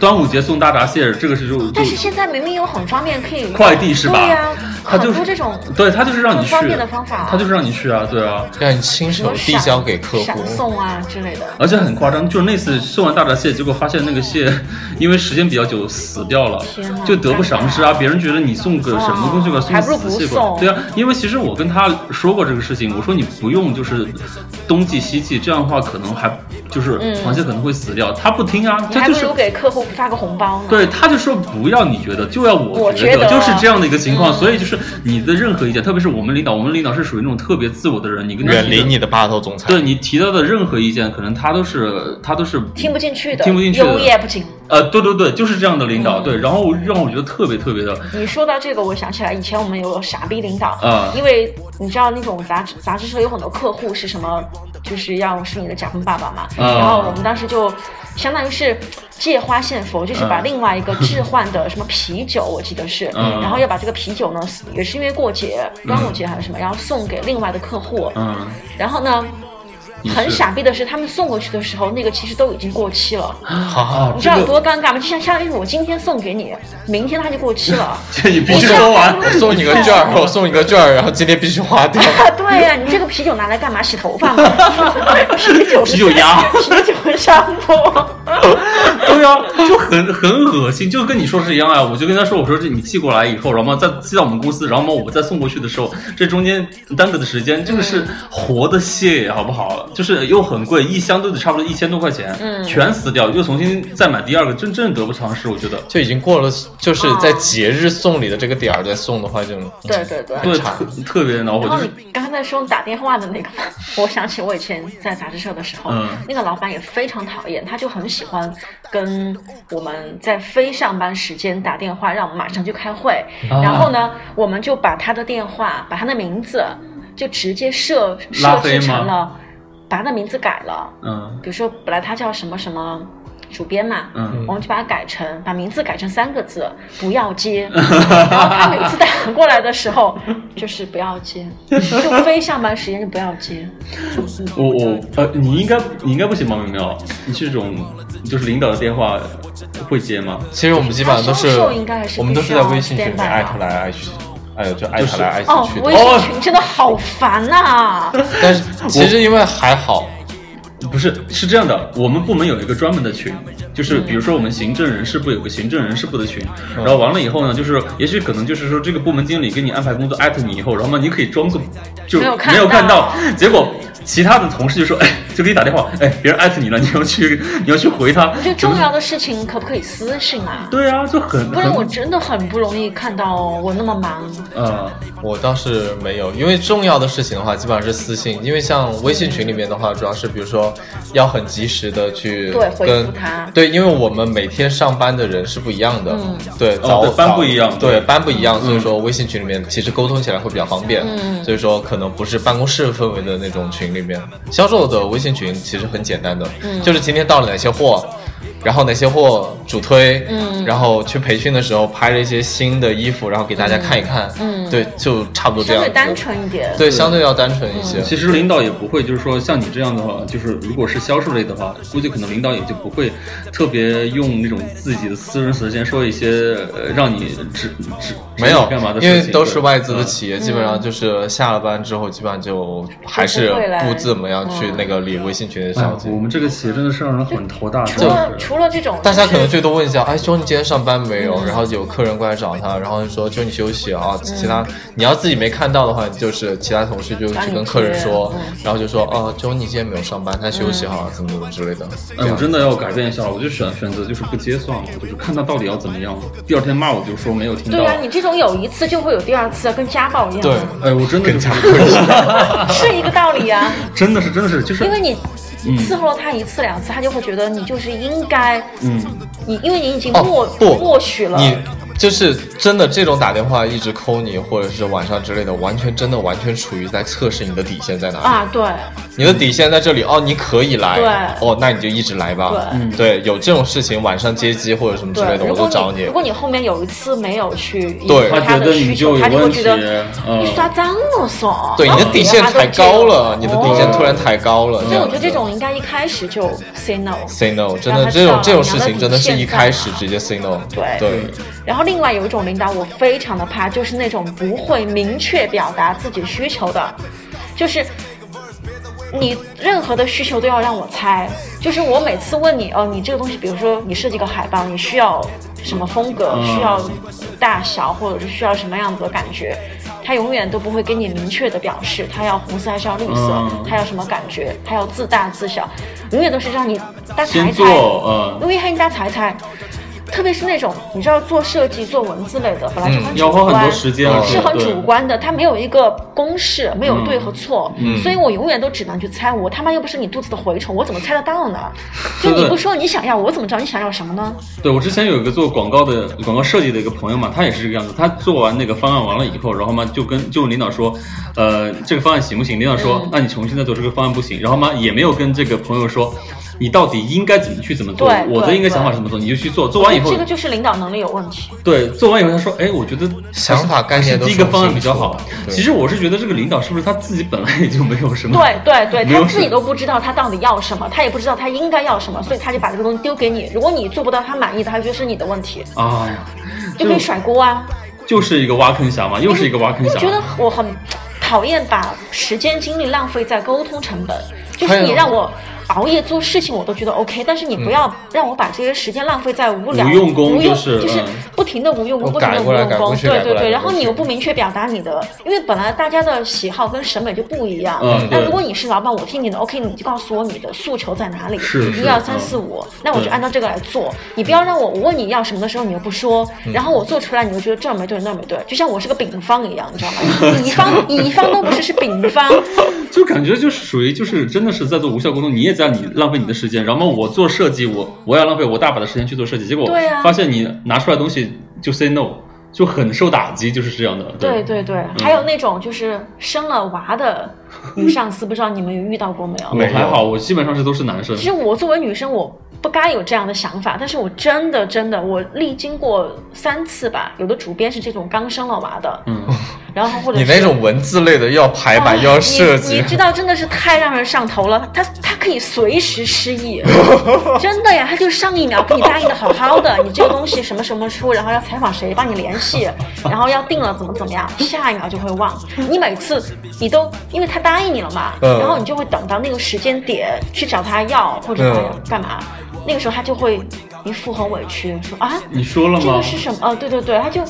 Speaker 6: 端午节送大闸蟹，这个是就就
Speaker 5: 但是现在明明有很方便可以，
Speaker 6: 快递是吧？
Speaker 5: 对呀
Speaker 6: 他就
Speaker 5: 很多这种
Speaker 6: 对他就是让你去
Speaker 5: 更方便的方法
Speaker 6: 他就是让你去啊，对啊。
Speaker 7: 让你亲手递交给客户
Speaker 5: 闪。送啊之类的。
Speaker 6: 而且很夸张，就是那次送完大闸蟹，结果发现那个蟹因为时间比较久死掉了
Speaker 5: 天哪，
Speaker 6: 就得不偿失啊！别人觉得你送个什么东西过来，
Speaker 5: 哦还
Speaker 6: 送
Speaker 5: 不如
Speaker 6: 死蟹过
Speaker 5: 不送
Speaker 6: 来，对啊，因为其实我跟他说过这个事情，我说你不用就是冬季西季，这样的话可能还就是螃蟹可能会死掉，他不听啊，
Speaker 5: 嗯你
Speaker 6: 他
Speaker 5: 还
Speaker 6: 就
Speaker 5: 不
Speaker 6: 是
Speaker 5: 如给客户发个红包呢。
Speaker 6: 对，他就说不要你觉得，就要
Speaker 5: 我
Speaker 6: 我
Speaker 5: 觉得嗯
Speaker 6: 就是这样的一个情况。所以就是你的任何意见，特别是我们领导，我们领导是属于那种特别自我的人，你跟他
Speaker 7: 远
Speaker 6: 提
Speaker 7: 离
Speaker 6: 的
Speaker 7: 你的霸道总裁。
Speaker 6: 对你提到的任何意见，可能他都是他都是
Speaker 5: 听不进去的，
Speaker 6: 听不进去的
Speaker 5: 油也不进。
Speaker 6: 呃，对对对，就是这样的领导，对，然后让我觉得特别特别的，
Speaker 5: 你说到这个，我想起来以前我们有个傻逼领导，
Speaker 6: 嗯
Speaker 5: 因为你知道那种杂志杂志社有很多客户是什么，就是要是你的甲方爸爸嘛，
Speaker 6: 嗯
Speaker 5: 然后我们当时就相当于是借花献佛，就是把
Speaker 6: 嗯
Speaker 5: 另外一个置换的什么啤酒，我记得是，
Speaker 6: 嗯
Speaker 5: 然后要把这个啤酒呢，也是因为过节端午节还是什么，然后送给另外的客户，
Speaker 6: 嗯，
Speaker 5: 然后呢。
Speaker 6: 也是
Speaker 5: 很傻逼的是，他们送过去的时候，那个其实都已经过期了。
Speaker 7: 好好，
Speaker 5: 你知道有多尴尬吗？就像相当于我今天送给你，明天它就过期了。
Speaker 6: 这你必
Speaker 7: 我
Speaker 6: 须
Speaker 7: 就
Speaker 6: 说完。
Speaker 7: 我送你个券 儿，我送你个券儿，然后今天必须花 掉。
Speaker 5: 啊，对呀、你这个啤酒拿来干嘛？洗头发吗？啤酒
Speaker 6: 啤酒鸭
Speaker 5: 啤酒上坡。
Speaker 6: 对呀、就很很恶心，就跟你说是一样啊。我就跟他说，我说这你寄过来以后，然后嘛再寄到我们公司，然后嘛我再送过去的时候，这中间耽搁的时间，这个
Speaker 5: 嗯
Speaker 6: 是活的蟹，好不好？就是又很贵，一箱都得差不多一千多块钱，嗯，全死掉，又重新再买第二个，真真的得不偿失，我觉得。
Speaker 7: 就已经过了，就是在节日送礼的这个点儿再送的话，就
Speaker 5: 啊对对对。
Speaker 6: 对，
Speaker 7: 差
Speaker 6: 特特别恼火，
Speaker 5: 然后
Speaker 6: 就是
Speaker 5: 你刚才在说打电话的那个，我想起我以前在杂志社的时候，
Speaker 6: 嗯
Speaker 5: 那个老板也非常讨厌，他就很喜欢跟我们在非上班时间打电话，让我们马上去开会。
Speaker 6: 啊
Speaker 5: 然后呢，我们就把他的电话，把他的名字就直接设设
Speaker 6: 拉黑
Speaker 5: 置
Speaker 6: 吗
Speaker 5: 成了，把他的名字改了。
Speaker 6: 嗯
Speaker 5: 比如说本来他叫什么什么主编嘛，
Speaker 6: 嗯
Speaker 5: 我们就把它改成把名字改成三个字，
Speaker 7: 嗯
Speaker 5: 不要 接。然后他每次打过来的时候，就是不要接，就非上班时间就不要 接。
Speaker 6: 我我呃，你应该你应该不行吧，苗苗？你这种就是领导的电话会接吗？
Speaker 7: 其实我们基本上都是
Speaker 5: 销售应该还，是
Speaker 7: 我们都是在微信群里
Speaker 5: 必须
Speaker 7: 面
Speaker 5: 要
Speaker 7: 艾特来艾去，哎呦，就艾特来艾去
Speaker 5: 哦
Speaker 7: 去，
Speaker 5: 微
Speaker 7: 的。哦
Speaker 5: 信群真的好烦啊呐、
Speaker 7: 但是其实因为还好，
Speaker 6: 不是，是这样的，我们部门有一个专门的群，就是比如说我们行政人事部有个行政人事部的群，然后完了以后呢，就是也许可能就是说这个部门经理给你安排工作艾特你以后，然后嘛你可以装作就
Speaker 5: 没有看
Speaker 6: 没有看
Speaker 5: 到
Speaker 6: 到，结果其他的同事就说，哎，就给你打电话，哎，别人艾特你了，你要去你要去回他，
Speaker 5: 就重要的事情可不可以私信啊？
Speaker 6: 对啊，就很
Speaker 5: 不然我
Speaker 6: 很
Speaker 5: 真的很不容易看到我那么忙。
Speaker 6: 呃，
Speaker 7: 我倒是没有，因为重要的事情的话，基本上是私信。因为像微信群里面的话，主要是比如说要很及时的去
Speaker 5: 对回复
Speaker 7: 跟
Speaker 5: 他嗯
Speaker 7: 对，因为我们每天上班的人是不一样的，对，
Speaker 6: 哦
Speaker 7: 早、
Speaker 6: 对班不一样
Speaker 7: 早
Speaker 6: 对
Speaker 7: 对，班不一样，所以说微信群里面其实沟通起来会比较方便，所以说可能不是办公室氛围的那种群里面，销售的微信群其实很简单的，就是今天到了哪些货。然后哪些货主推，嗯，然后去培训的时候拍了一些新的衣服，然后给大家看一看，嗯，对，嗯就差不多这
Speaker 5: 相
Speaker 7: 样子，
Speaker 5: 对单纯一点，
Speaker 7: 对，相对要单纯一些。
Speaker 6: 其实领导也不会，就是说像你这样的话，就是如果是销售类的话，估计可能领导也就不会特别用那种自己的私人时间说一些呃让你指指
Speaker 7: 没有
Speaker 6: 指你干嘛的事
Speaker 7: 因
Speaker 6: 情，
Speaker 7: 为都是
Speaker 6: 对嗯
Speaker 7: 外资的企业，基本上就是下了班之后，基本上嗯就还是不嗯怎么样去那个理微信群的
Speaker 6: 嗯哎
Speaker 7: 消
Speaker 6: 呀
Speaker 7: 息。
Speaker 6: 我们这个企业真的是让人很头大，
Speaker 5: 除
Speaker 6: 真
Speaker 5: 了
Speaker 6: 的是。
Speaker 5: 除了这种，
Speaker 7: 大家可能最多问一 下，哎，兄，你今天上班没
Speaker 5: 嗯
Speaker 7: 有？然后有客人过来找他，然后就说就你休息啊。其他你要自己没看到的话，就是其他同事就去跟客人说，
Speaker 5: 嗯
Speaker 7: 然后就说哦，周你今天没有上班，他休息哈，怎么怎么之类的。
Speaker 6: 哎，我真的要改变一下，我就选选择就是不接算了，就是看他到底要怎么样。第二天骂我就说没有听到。
Speaker 5: 对啊，你这种有一次就会有第二次，啊跟家暴一样，
Speaker 7: 对，
Speaker 6: 哎，我真的就是
Speaker 5: 是一个道理啊。
Speaker 6: 真的是真的是就是
Speaker 5: 因为你
Speaker 7: 嗯
Speaker 5: 伺候了他一次两次，他就会觉得你就是应该，
Speaker 6: 嗯，
Speaker 5: 你因为你已经默
Speaker 7: 哦不
Speaker 5: 默许了，
Speaker 7: 你就是真的这种打电话一直抠你，或者是晚上之类的，完全真的完全处于在测试你的底线在哪里。
Speaker 5: 啊，对
Speaker 7: 你的底线在这里哦，你可以来，
Speaker 5: 对
Speaker 7: 哦，那你就一直来吧。
Speaker 5: 对
Speaker 7: 对，有这种事情晚上接机或者什么之类的，
Speaker 5: 对。
Speaker 7: 我
Speaker 5: 如
Speaker 7: 都
Speaker 5: 果
Speaker 7: 找
Speaker 5: 你如果你后面有一次没有去迎
Speaker 7: 对
Speaker 5: 合
Speaker 6: 他觉
Speaker 5: 的
Speaker 6: 得你
Speaker 5: 需
Speaker 6: 就
Speaker 5: 求，
Speaker 6: 有
Speaker 5: 他就会
Speaker 6: 问
Speaker 5: 觉
Speaker 6: 题
Speaker 5: 得
Speaker 6: 嗯
Speaker 5: 你刷脏了手，
Speaker 7: 对，你的
Speaker 5: 然后
Speaker 7: 底线
Speaker 5: 哦别人
Speaker 7: 抬
Speaker 5: 还都这样
Speaker 7: 高了，你的底线
Speaker 5: 哦
Speaker 7: 突然抬高了。
Speaker 5: 所以我觉得这种应该一开始就 say no。
Speaker 7: say no，真
Speaker 5: 让
Speaker 7: 的
Speaker 5: 他
Speaker 7: 这
Speaker 5: 知道
Speaker 7: 种这种
Speaker 5: 你要
Speaker 7: 事
Speaker 5: 在
Speaker 7: 情
Speaker 5: 底
Speaker 7: 真的是
Speaker 5: 线
Speaker 7: 一
Speaker 5: 上
Speaker 7: 开始直接 say no
Speaker 5: 对
Speaker 7: 对
Speaker 5: 然后另外有一种领导我非常的怕，就是那种不会明确表达自己需求的，就是你任何的需求都要让我猜，就是我每次问你哦，你这个东西，比如说你设计个海报，你需要什么风格，
Speaker 6: 嗯
Speaker 5: 需要大小，或者是需要什么样子的感觉，他永远都不会给你明确的表示，他要红色还是要绿色
Speaker 6: 嗯，
Speaker 5: 他要什么感觉，他要自大自小，永远都是让你大家猜
Speaker 6: 先
Speaker 5: 猜
Speaker 6: 做，。呃，
Speaker 5: 因为黑大踩踩，特别是那种你知道做设计、做文字类的，本来就很
Speaker 6: 要
Speaker 5: 主
Speaker 6: 花很
Speaker 5: 观
Speaker 6: 多，时间，
Speaker 7: 嗯
Speaker 6: 而且
Speaker 5: 是很
Speaker 6: 对
Speaker 5: 主观的，它没有一个公式，没有对和错，
Speaker 6: 嗯
Speaker 5: 所以我永远都只能去猜。我他妈又不是你肚子的蛔虫，我怎么猜得到呢？就
Speaker 6: 对
Speaker 5: 你
Speaker 6: 对
Speaker 5: 不说你想要，我怎么知道你想要什么呢？
Speaker 6: 对我之前有一个做广告的广告设计的一个朋友嘛，他也是这个样子。他做完那个方案完了以后，然后嘛就跟就领导说，呃，这个方案行不行？领导
Speaker 5: 嗯
Speaker 6: 说，那你重新再做这个方案不行。然后嘛也没有跟这个朋友说，你到底应该怎么去怎么做
Speaker 5: 对，
Speaker 6: 我的
Speaker 5: 对
Speaker 6: 应该想法
Speaker 5: 对
Speaker 6: 是怎么做，你就去做。做完以后嗯
Speaker 5: 这，个就是领导能力有问题。
Speaker 6: 对，做完以后他说，哎，我觉得
Speaker 7: 想法概
Speaker 6: 还是
Speaker 7: 念都
Speaker 6: 第一个
Speaker 7: 说不
Speaker 6: 方案
Speaker 7: 清
Speaker 6: 比较
Speaker 7: 楚
Speaker 6: 好。
Speaker 7: 对
Speaker 6: 其实我是觉得这个领导是不是他自己本来也就没有什么
Speaker 5: 对对对，
Speaker 6: 没有
Speaker 5: 他自己
Speaker 6: 什
Speaker 5: 都不知道他到底要什么，他也不知道他应该要什么，所以他就把这个东西丢给你。如果你做不到他满意的，他就觉得是你的问题，
Speaker 6: 啊呀，
Speaker 5: 就可以甩锅啊。
Speaker 6: 就是一个挖坑侠嘛，又是一个挖坑
Speaker 5: 我
Speaker 6: 侠。
Speaker 5: 觉得我很讨厌把时间精力浪费在沟通成本，就
Speaker 7: 还
Speaker 5: 是
Speaker 7: 有
Speaker 5: 你让我熬夜做事情，我都觉得 OK，但是你不要让我把这些时间浪费在无聊、
Speaker 6: 嗯无用功
Speaker 5: 无
Speaker 6: 就
Speaker 5: 用
Speaker 6: 是
Speaker 5: 就是
Speaker 6: 嗯
Speaker 5: 不停的无用功，
Speaker 7: 我
Speaker 5: 不停
Speaker 7: 改
Speaker 5: 的无
Speaker 7: 过来
Speaker 5: 用
Speaker 7: 改过
Speaker 5: 功，
Speaker 7: 去
Speaker 5: 对
Speaker 7: 改
Speaker 5: 对
Speaker 7: 过来
Speaker 5: 对，
Speaker 7: 改
Speaker 5: 然后
Speaker 7: 过
Speaker 5: 你
Speaker 7: 去
Speaker 5: 又不明确表达你的，因为本来大家的喜好跟审美就不一样
Speaker 6: 嗯，
Speaker 5: 那
Speaker 6: 对
Speaker 5: 如果你是老板，我听你的 OK，你就告诉我你的诉求在哪里，
Speaker 6: 是嗯是
Speaker 5: 一二三
Speaker 6: 嗯
Speaker 5: 四五，那我就
Speaker 6: 对
Speaker 5: 按照这个来做，你不要让我我问你要什么的时候你又不说，
Speaker 6: 嗯
Speaker 5: 然后我做出来你又觉得这儿没对那儿没对，就像我是个丙方一样，你知 道吗？乙方乙方都不是是丙方，
Speaker 6: 就感觉就是属于就是真的是在做无效沟通，你也在你浪费你的时间，然后我做设计，我我要浪费我大把的时间去做设计，结果
Speaker 5: 对啊
Speaker 6: 发现你拿出来东西就 say no，就很受打击，就是这样的。
Speaker 5: 对对对，还有那种就是生了娃的女上司，不知道你们有遇到过没有？
Speaker 6: 我还好，我基本上是都是男生
Speaker 5: 其。实我作为女生，我不该有这样的想法，但是我真的真的，我历经过三次吧，有的主编是这种刚生了娃的，
Speaker 6: 嗯，
Speaker 5: 然后或者
Speaker 7: 你
Speaker 5: 是
Speaker 7: 那种文字类的要排版，
Speaker 5: 啊
Speaker 7: 要 设
Speaker 5: 你
Speaker 7: 计
Speaker 5: 你，知道，真的是太让人上头了。他他可以随时失 忆，真的呀，他就上一秒跟你答应的好好的，你这个东西什么什么出，然后要采访谁，帮你联系，然后要定了怎么怎么样，下一秒就会忘。你每次你都因为他答应你了嘛，
Speaker 7: 嗯
Speaker 5: 然后你就会等到那个时间点去找他要或者
Speaker 7: 嗯
Speaker 5: 干嘛，那个时候他就会一副很委屈说啊。
Speaker 6: 你说了
Speaker 5: 这个
Speaker 6: 吗？
Speaker 5: 是什么？哦，对对对，他就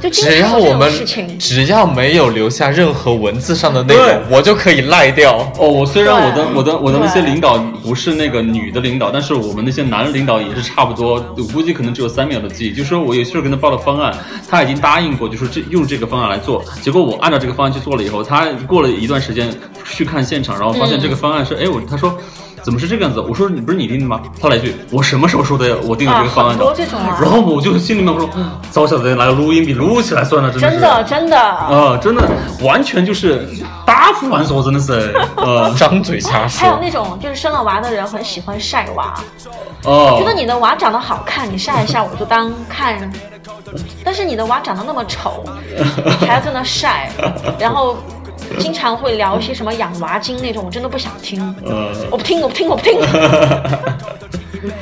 Speaker 5: 就经
Speaker 7: 只
Speaker 5: 常
Speaker 7: 要
Speaker 5: 有这
Speaker 7: 我
Speaker 5: 种
Speaker 7: 们
Speaker 5: 事情，
Speaker 7: 只要没有留下任何文字上的内容
Speaker 6: 对，
Speaker 7: 我就可以赖掉。
Speaker 6: 哦，我虽然我的
Speaker 5: 对
Speaker 6: 我的我的那些
Speaker 5: 对
Speaker 6: 领导不是那个女的领导，但是我们那些男领导也是差不多，我估计可能只有三秒的记忆。就是说我有些时候跟他报了方案，他已经答应过，就是这用这个方案来做，结果我按照这个方案去做了以后，他过了一段时间去看现场，然后发现这
Speaker 5: 嗯
Speaker 6: 个方案是，哎、我他说。怎么是这个样子？我说你不是你定的吗？他来一句，我什么时候说的？我定的这个方案的。
Speaker 5: 啊很多这种啊
Speaker 6: 然后我就心里面说，糟小子，来个录音笔录起来算了，真的是。
Speaker 5: 真的真的，
Speaker 6: 啊、真的完全就是答复完说，真的是， 呃，
Speaker 7: 张嘴瞎
Speaker 5: 哦还有
Speaker 7: 说，
Speaker 5: 那种就是生了娃的人很喜欢晒娃，
Speaker 6: 哦，
Speaker 5: 觉得你的娃长得好看，你晒一下我就当看。但是你的娃长得那么丑，还要在那晒，然后经常会聊一些什么养娃经那种，我真的不想听，
Speaker 6: 呃，
Speaker 5: 我不听，我不听，我不听。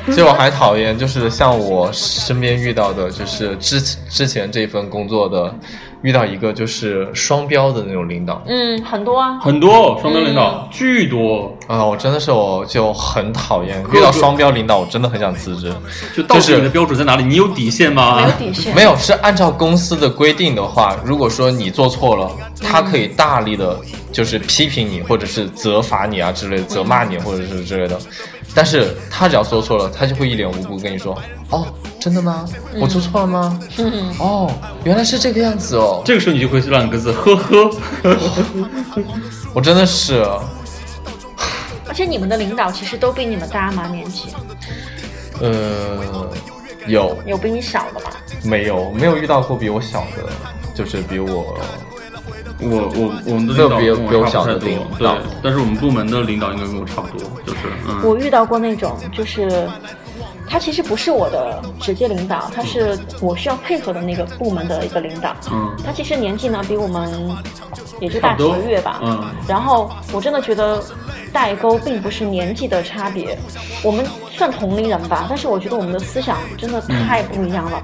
Speaker 7: 其实我还讨厌，就是像我身边遇到的，就是之之前这份工作的，遇到一个就是双标的那种领导。
Speaker 5: 嗯，很多 啊，
Speaker 6: 很多双标领导、
Speaker 5: 嗯
Speaker 6: 巨多，
Speaker 7: 啊，我真的是我就很讨厌遇到双标领导，我真的很想辞职。
Speaker 6: 就到底你的标准在哪里？你有底线吗
Speaker 5: 没有？底线。
Speaker 7: 没有，是按照公司的规定的话，如果说你做错了，他可以大力的，就是批评你，或者是责罚你啊之类的，责骂你或者是之类的。但是他只要做错了，他就会一脸无辜跟你说：“哦，真的吗？我做错了吗？
Speaker 5: 嗯，
Speaker 7: 哦，原来是这个样子哦。
Speaker 6: 这个时候你就会是两个字，呵呵。
Speaker 7: 我真的是，
Speaker 5: 而且你们的领导其实都比你们大嘛，年纪
Speaker 7: 呃，有
Speaker 5: 有比你小的吗？
Speaker 7: 没有没有遇到过比我小的，就是比我
Speaker 6: 我我我们的
Speaker 7: 特
Speaker 6: 领导
Speaker 7: 别
Speaker 6: 跟
Speaker 7: 比我
Speaker 6: 我差
Speaker 7: 小
Speaker 6: 不
Speaker 7: 的
Speaker 6: 太多
Speaker 7: 领，
Speaker 6: 对
Speaker 7: 导，
Speaker 6: 但是我们部门的领导应该跟我差不多，就是嗯，
Speaker 5: 我遇到过那种，就是他其实不是我的直接领导，他是我需要配合的那个部门的一个领导。
Speaker 6: 嗯
Speaker 5: 他其实年纪呢比我们也就大几个月吧。
Speaker 6: 嗯
Speaker 5: 然后我真的觉得代沟并不是年纪的差别，我们算同龄人吧，但是我觉得我们的思想真的太不一样了。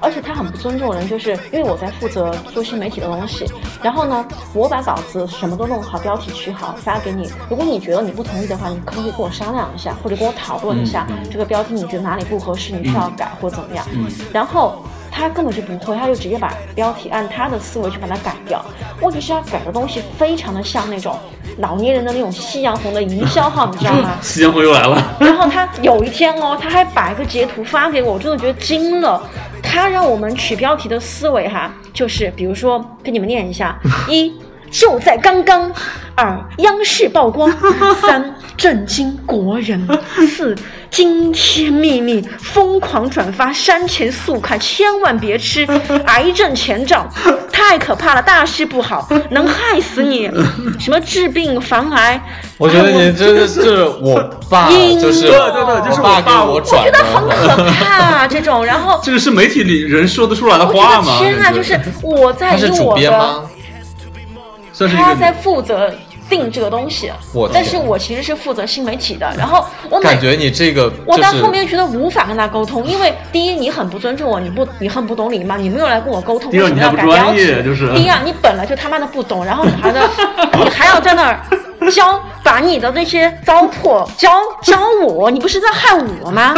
Speaker 5: 而且他很不尊重人，就是因为我在负责做新媒体的东西，然后呢，我把稿子什么都弄好，标题取好发给你。如果你觉得你不同意的话，你可不可以跟我商量一下，或者跟我讨论一下
Speaker 6: 嗯嗯
Speaker 5: 这个标题你觉得哪里不合适，你需要改或怎么样？
Speaker 6: 嗯
Speaker 5: 然后他根本就不会，他就直接把标题按他的思维去把它改掉。问题是他改的东西非常的像那种老年人的那种夕阳红的营销号，你知道吗？
Speaker 6: 夕阳红又来了，
Speaker 5: 然后他有一天哦，他还摆个截图发给我，我真的觉得惊了。他让我们取标题的思维哈，就是比如说给你们念一下：一就在刚刚；二央视曝光；三震惊国人；四惊天秘密，疯狂转发山前素菜，千万别吃，癌症前兆，太可怕了，大事不好，能害死你。什么治病防癌？哎
Speaker 7: 我觉得你这是这是我爸，
Speaker 5: 阴
Speaker 7: 就是
Speaker 5: 对对对
Speaker 6: 就是
Speaker 7: 我
Speaker 6: 我
Speaker 7: 爸给
Speaker 6: 爸
Speaker 7: 我
Speaker 6: 我
Speaker 7: 转
Speaker 5: 觉得
Speaker 7: 的。
Speaker 5: 很可怕、啊这种。然后
Speaker 6: 这个是媒体里人说得出来的
Speaker 5: 我
Speaker 6: 话
Speaker 5: 觉得
Speaker 6: 吗？
Speaker 5: 天呐，就是我在
Speaker 7: 他是
Speaker 5: 以
Speaker 7: 主
Speaker 5: 我
Speaker 7: 编
Speaker 5: 的，
Speaker 7: 吗？
Speaker 6: 算是一
Speaker 5: 他在
Speaker 6: 个
Speaker 5: 负责定这个东西
Speaker 7: 我，
Speaker 5: 但
Speaker 7: 天
Speaker 5: 是我其实是负责新媒体的。然后我每
Speaker 7: 感觉你这个
Speaker 5: 我
Speaker 7: 就
Speaker 5: 到
Speaker 7: 是
Speaker 5: 后面觉得无法跟他沟通，因为第一你很不尊重我，你不你很不懂礼貌，你没有来跟我沟通，
Speaker 6: 第
Speaker 5: 为
Speaker 6: 二
Speaker 5: 什么
Speaker 6: 你
Speaker 5: 要
Speaker 6: 还
Speaker 5: 改
Speaker 6: 不
Speaker 5: 标
Speaker 6: 专业
Speaker 5: 题
Speaker 6: 就是
Speaker 5: 第啊二你本来就他妈的不懂，然后你还在你还要在那儿教把你的那些糟粕教教我，你不是在害我吗？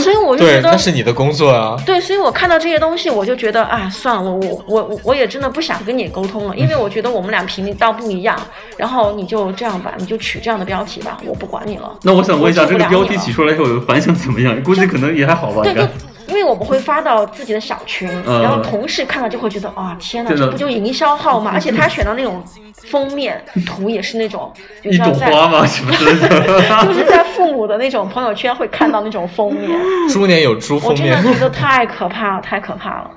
Speaker 5: 所以我就觉
Speaker 7: 对，
Speaker 5: 得
Speaker 7: 那是你的工作啊。
Speaker 5: 对，所以我看到这些东西，我就觉得啊，算了，我我我我我也真的不想跟你沟通了，因为我觉得我们俩频率到不一样，然后你就这样吧，你就取这样的标题吧，我不管你了。
Speaker 6: 那我想问一下，
Speaker 5: 我受
Speaker 6: 这
Speaker 5: 不
Speaker 6: 个
Speaker 5: 了
Speaker 6: 标
Speaker 5: 你
Speaker 6: 题
Speaker 5: 了
Speaker 6: 起出来以后反响怎么样？估计可能也还好吧，
Speaker 5: 对，
Speaker 6: 应
Speaker 5: 就
Speaker 6: 该。
Speaker 5: 因为我们会发到自己的小群，
Speaker 6: 嗯
Speaker 5: 然后同事看到就会觉得啊，天哪，
Speaker 6: 真的
Speaker 5: 这不就营销号吗？而且他选的那种封面图也是那种，就
Speaker 6: 一朵
Speaker 5: 像在
Speaker 6: 花吗？什么之类的？
Speaker 5: 就是在父母的那种朋友圈会看到那种封面，
Speaker 7: 猪年有猪
Speaker 5: 我
Speaker 7: 封
Speaker 5: 真
Speaker 7: 面
Speaker 5: 的，觉得太可怕了，太可怕了。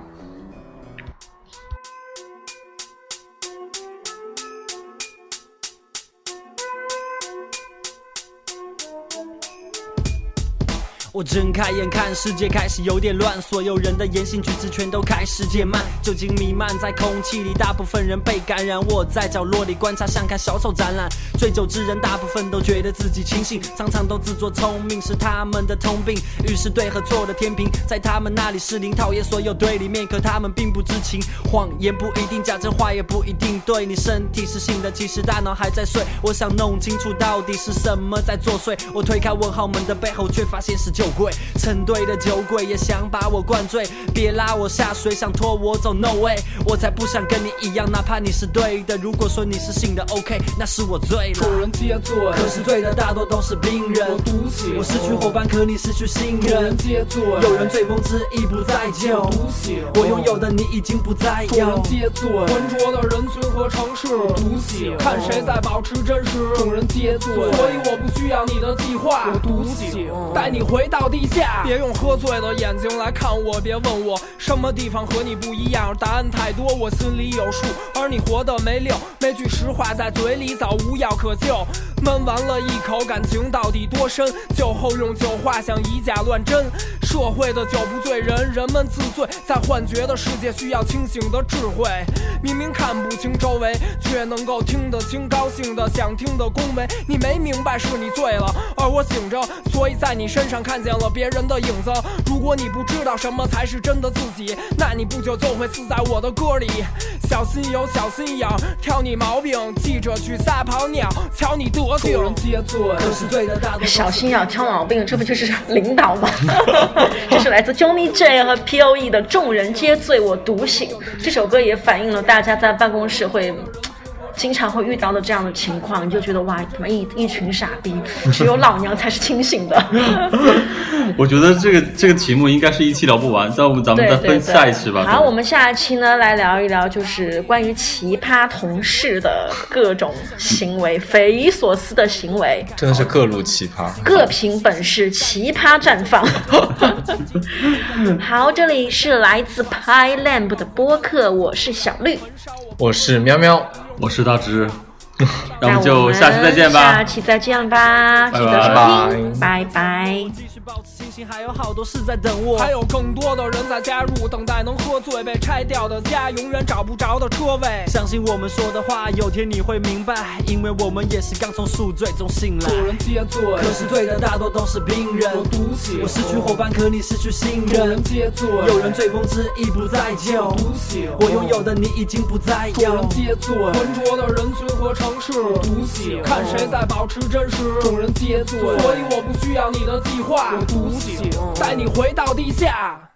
Speaker 3: 我睁开眼看世界开始有点乱，所有人的言行举止全都开始减慢，酒精弥漫在空气里，大部分人被感染。我在角落里观察，像看小丑展览。醉酒之人大部分都觉得自己清醒，常常都自作聪明是他们的通病。于是对和错的天平，在他们那里是零，讨厌所有对立面，可他们并不知情。谎言不一定，讲真话也不一定对你身体是醒的，其实大脑还在睡。我想弄清楚到底是什么在作祟。我推开问号门的背后，却发现是酒柜。成堆的酒鬼也想把我灌醉，别拉我下水，想拖我走，no way！我才不想跟你一样，哪怕你是对的。如果说你是信的，OK，那是我醉了。
Speaker 10: 有人接嘴，
Speaker 3: 可是醉的大多都是病人。
Speaker 10: 我毒血，
Speaker 3: 我失去伙伴，可你失去信
Speaker 10: 有人
Speaker 3: 任。
Speaker 10: 接嘴，
Speaker 3: 有人醉翁之意不在酒
Speaker 10: 我，毒血，
Speaker 3: 我拥有的你已经不再
Speaker 10: 有
Speaker 3: 要
Speaker 10: 人。接嘴，浑浊的人群和城市，我毒血，看谁在保持真实，众人皆醉，所以我不需要你的计划，我毒血，带你回到地下。别用喝醉的眼睛来看我，别问我什么地方和你不一样，答案太多，我心里有数，而你活得没溜，没句实话在嘴里早无药可救。闷完了一口，感情到底多深？酒后用酒话想以假乱真，社会的酒不醉人，人们自醉，在幻觉的世界需要清醒的智慧。明明看不清周围，却能够听得清高兴的想听的恭维。你没明白是你醉了，而我醒着，所以在你身上看见了别人的影子。如果你不知道什么才是真的自己，那你不久就会死在我的歌里。小心有小心眼儿，挑你毛病，记着去撒泡尿，瞧你得病。人皆醉，可是醉的大多
Speaker 5: 小心要挑毛病，这不就是领导 吗？这是来自 Johnny J 和 P.O.E 的《众人皆醉我独醒》这首歌也反映了大家在办公室会。经常会遇到的这样的情况，你就觉得哇，他妈一一群傻逼，只有老娘才是清醒 的。
Speaker 6: 我觉得这个这个题目应该是一期聊不完，再我们咱们
Speaker 5: 对
Speaker 6: 再
Speaker 5: 对对，
Speaker 6: 分下一期吧。
Speaker 5: 好，我们下一期呢来聊一聊，就是关于奇葩同事的各种行为，匪夷所思的行为。
Speaker 7: 真的是各路奇葩。
Speaker 5: 各凭本事，奇葩 绽放。好，这里是来自 Pi Lamp 的播客，我是小绿，
Speaker 7: 我是喵喵，
Speaker 6: 我是大直，那
Speaker 5: 那
Speaker 6: 我们就下期再见吧
Speaker 5: 下。期再见吧，记得收
Speaker 7: 拜
Speaker 5: 听，拜拜
Speaker 10: 保持清醒，还有好多事在等我，还有更多的人在加入，等待能喝醉被拆掉的家，永远找不着的车位。相信我们说的话，有天你会明白，因为我们也是刚从宿醉中醒来。众人皆醉，可是醉的大多都是病人。我独醒，我失去伙伴，可你失去信任。众人皆醉，有人醉翁之意不在酒。我独醒，我拥有的你已经不再有。众人皆醉，浑浊的人群和城市。我独醒，看谁在保持真实。众人皆醉，所以我不需要你的计划。我独醒，带你回到地下。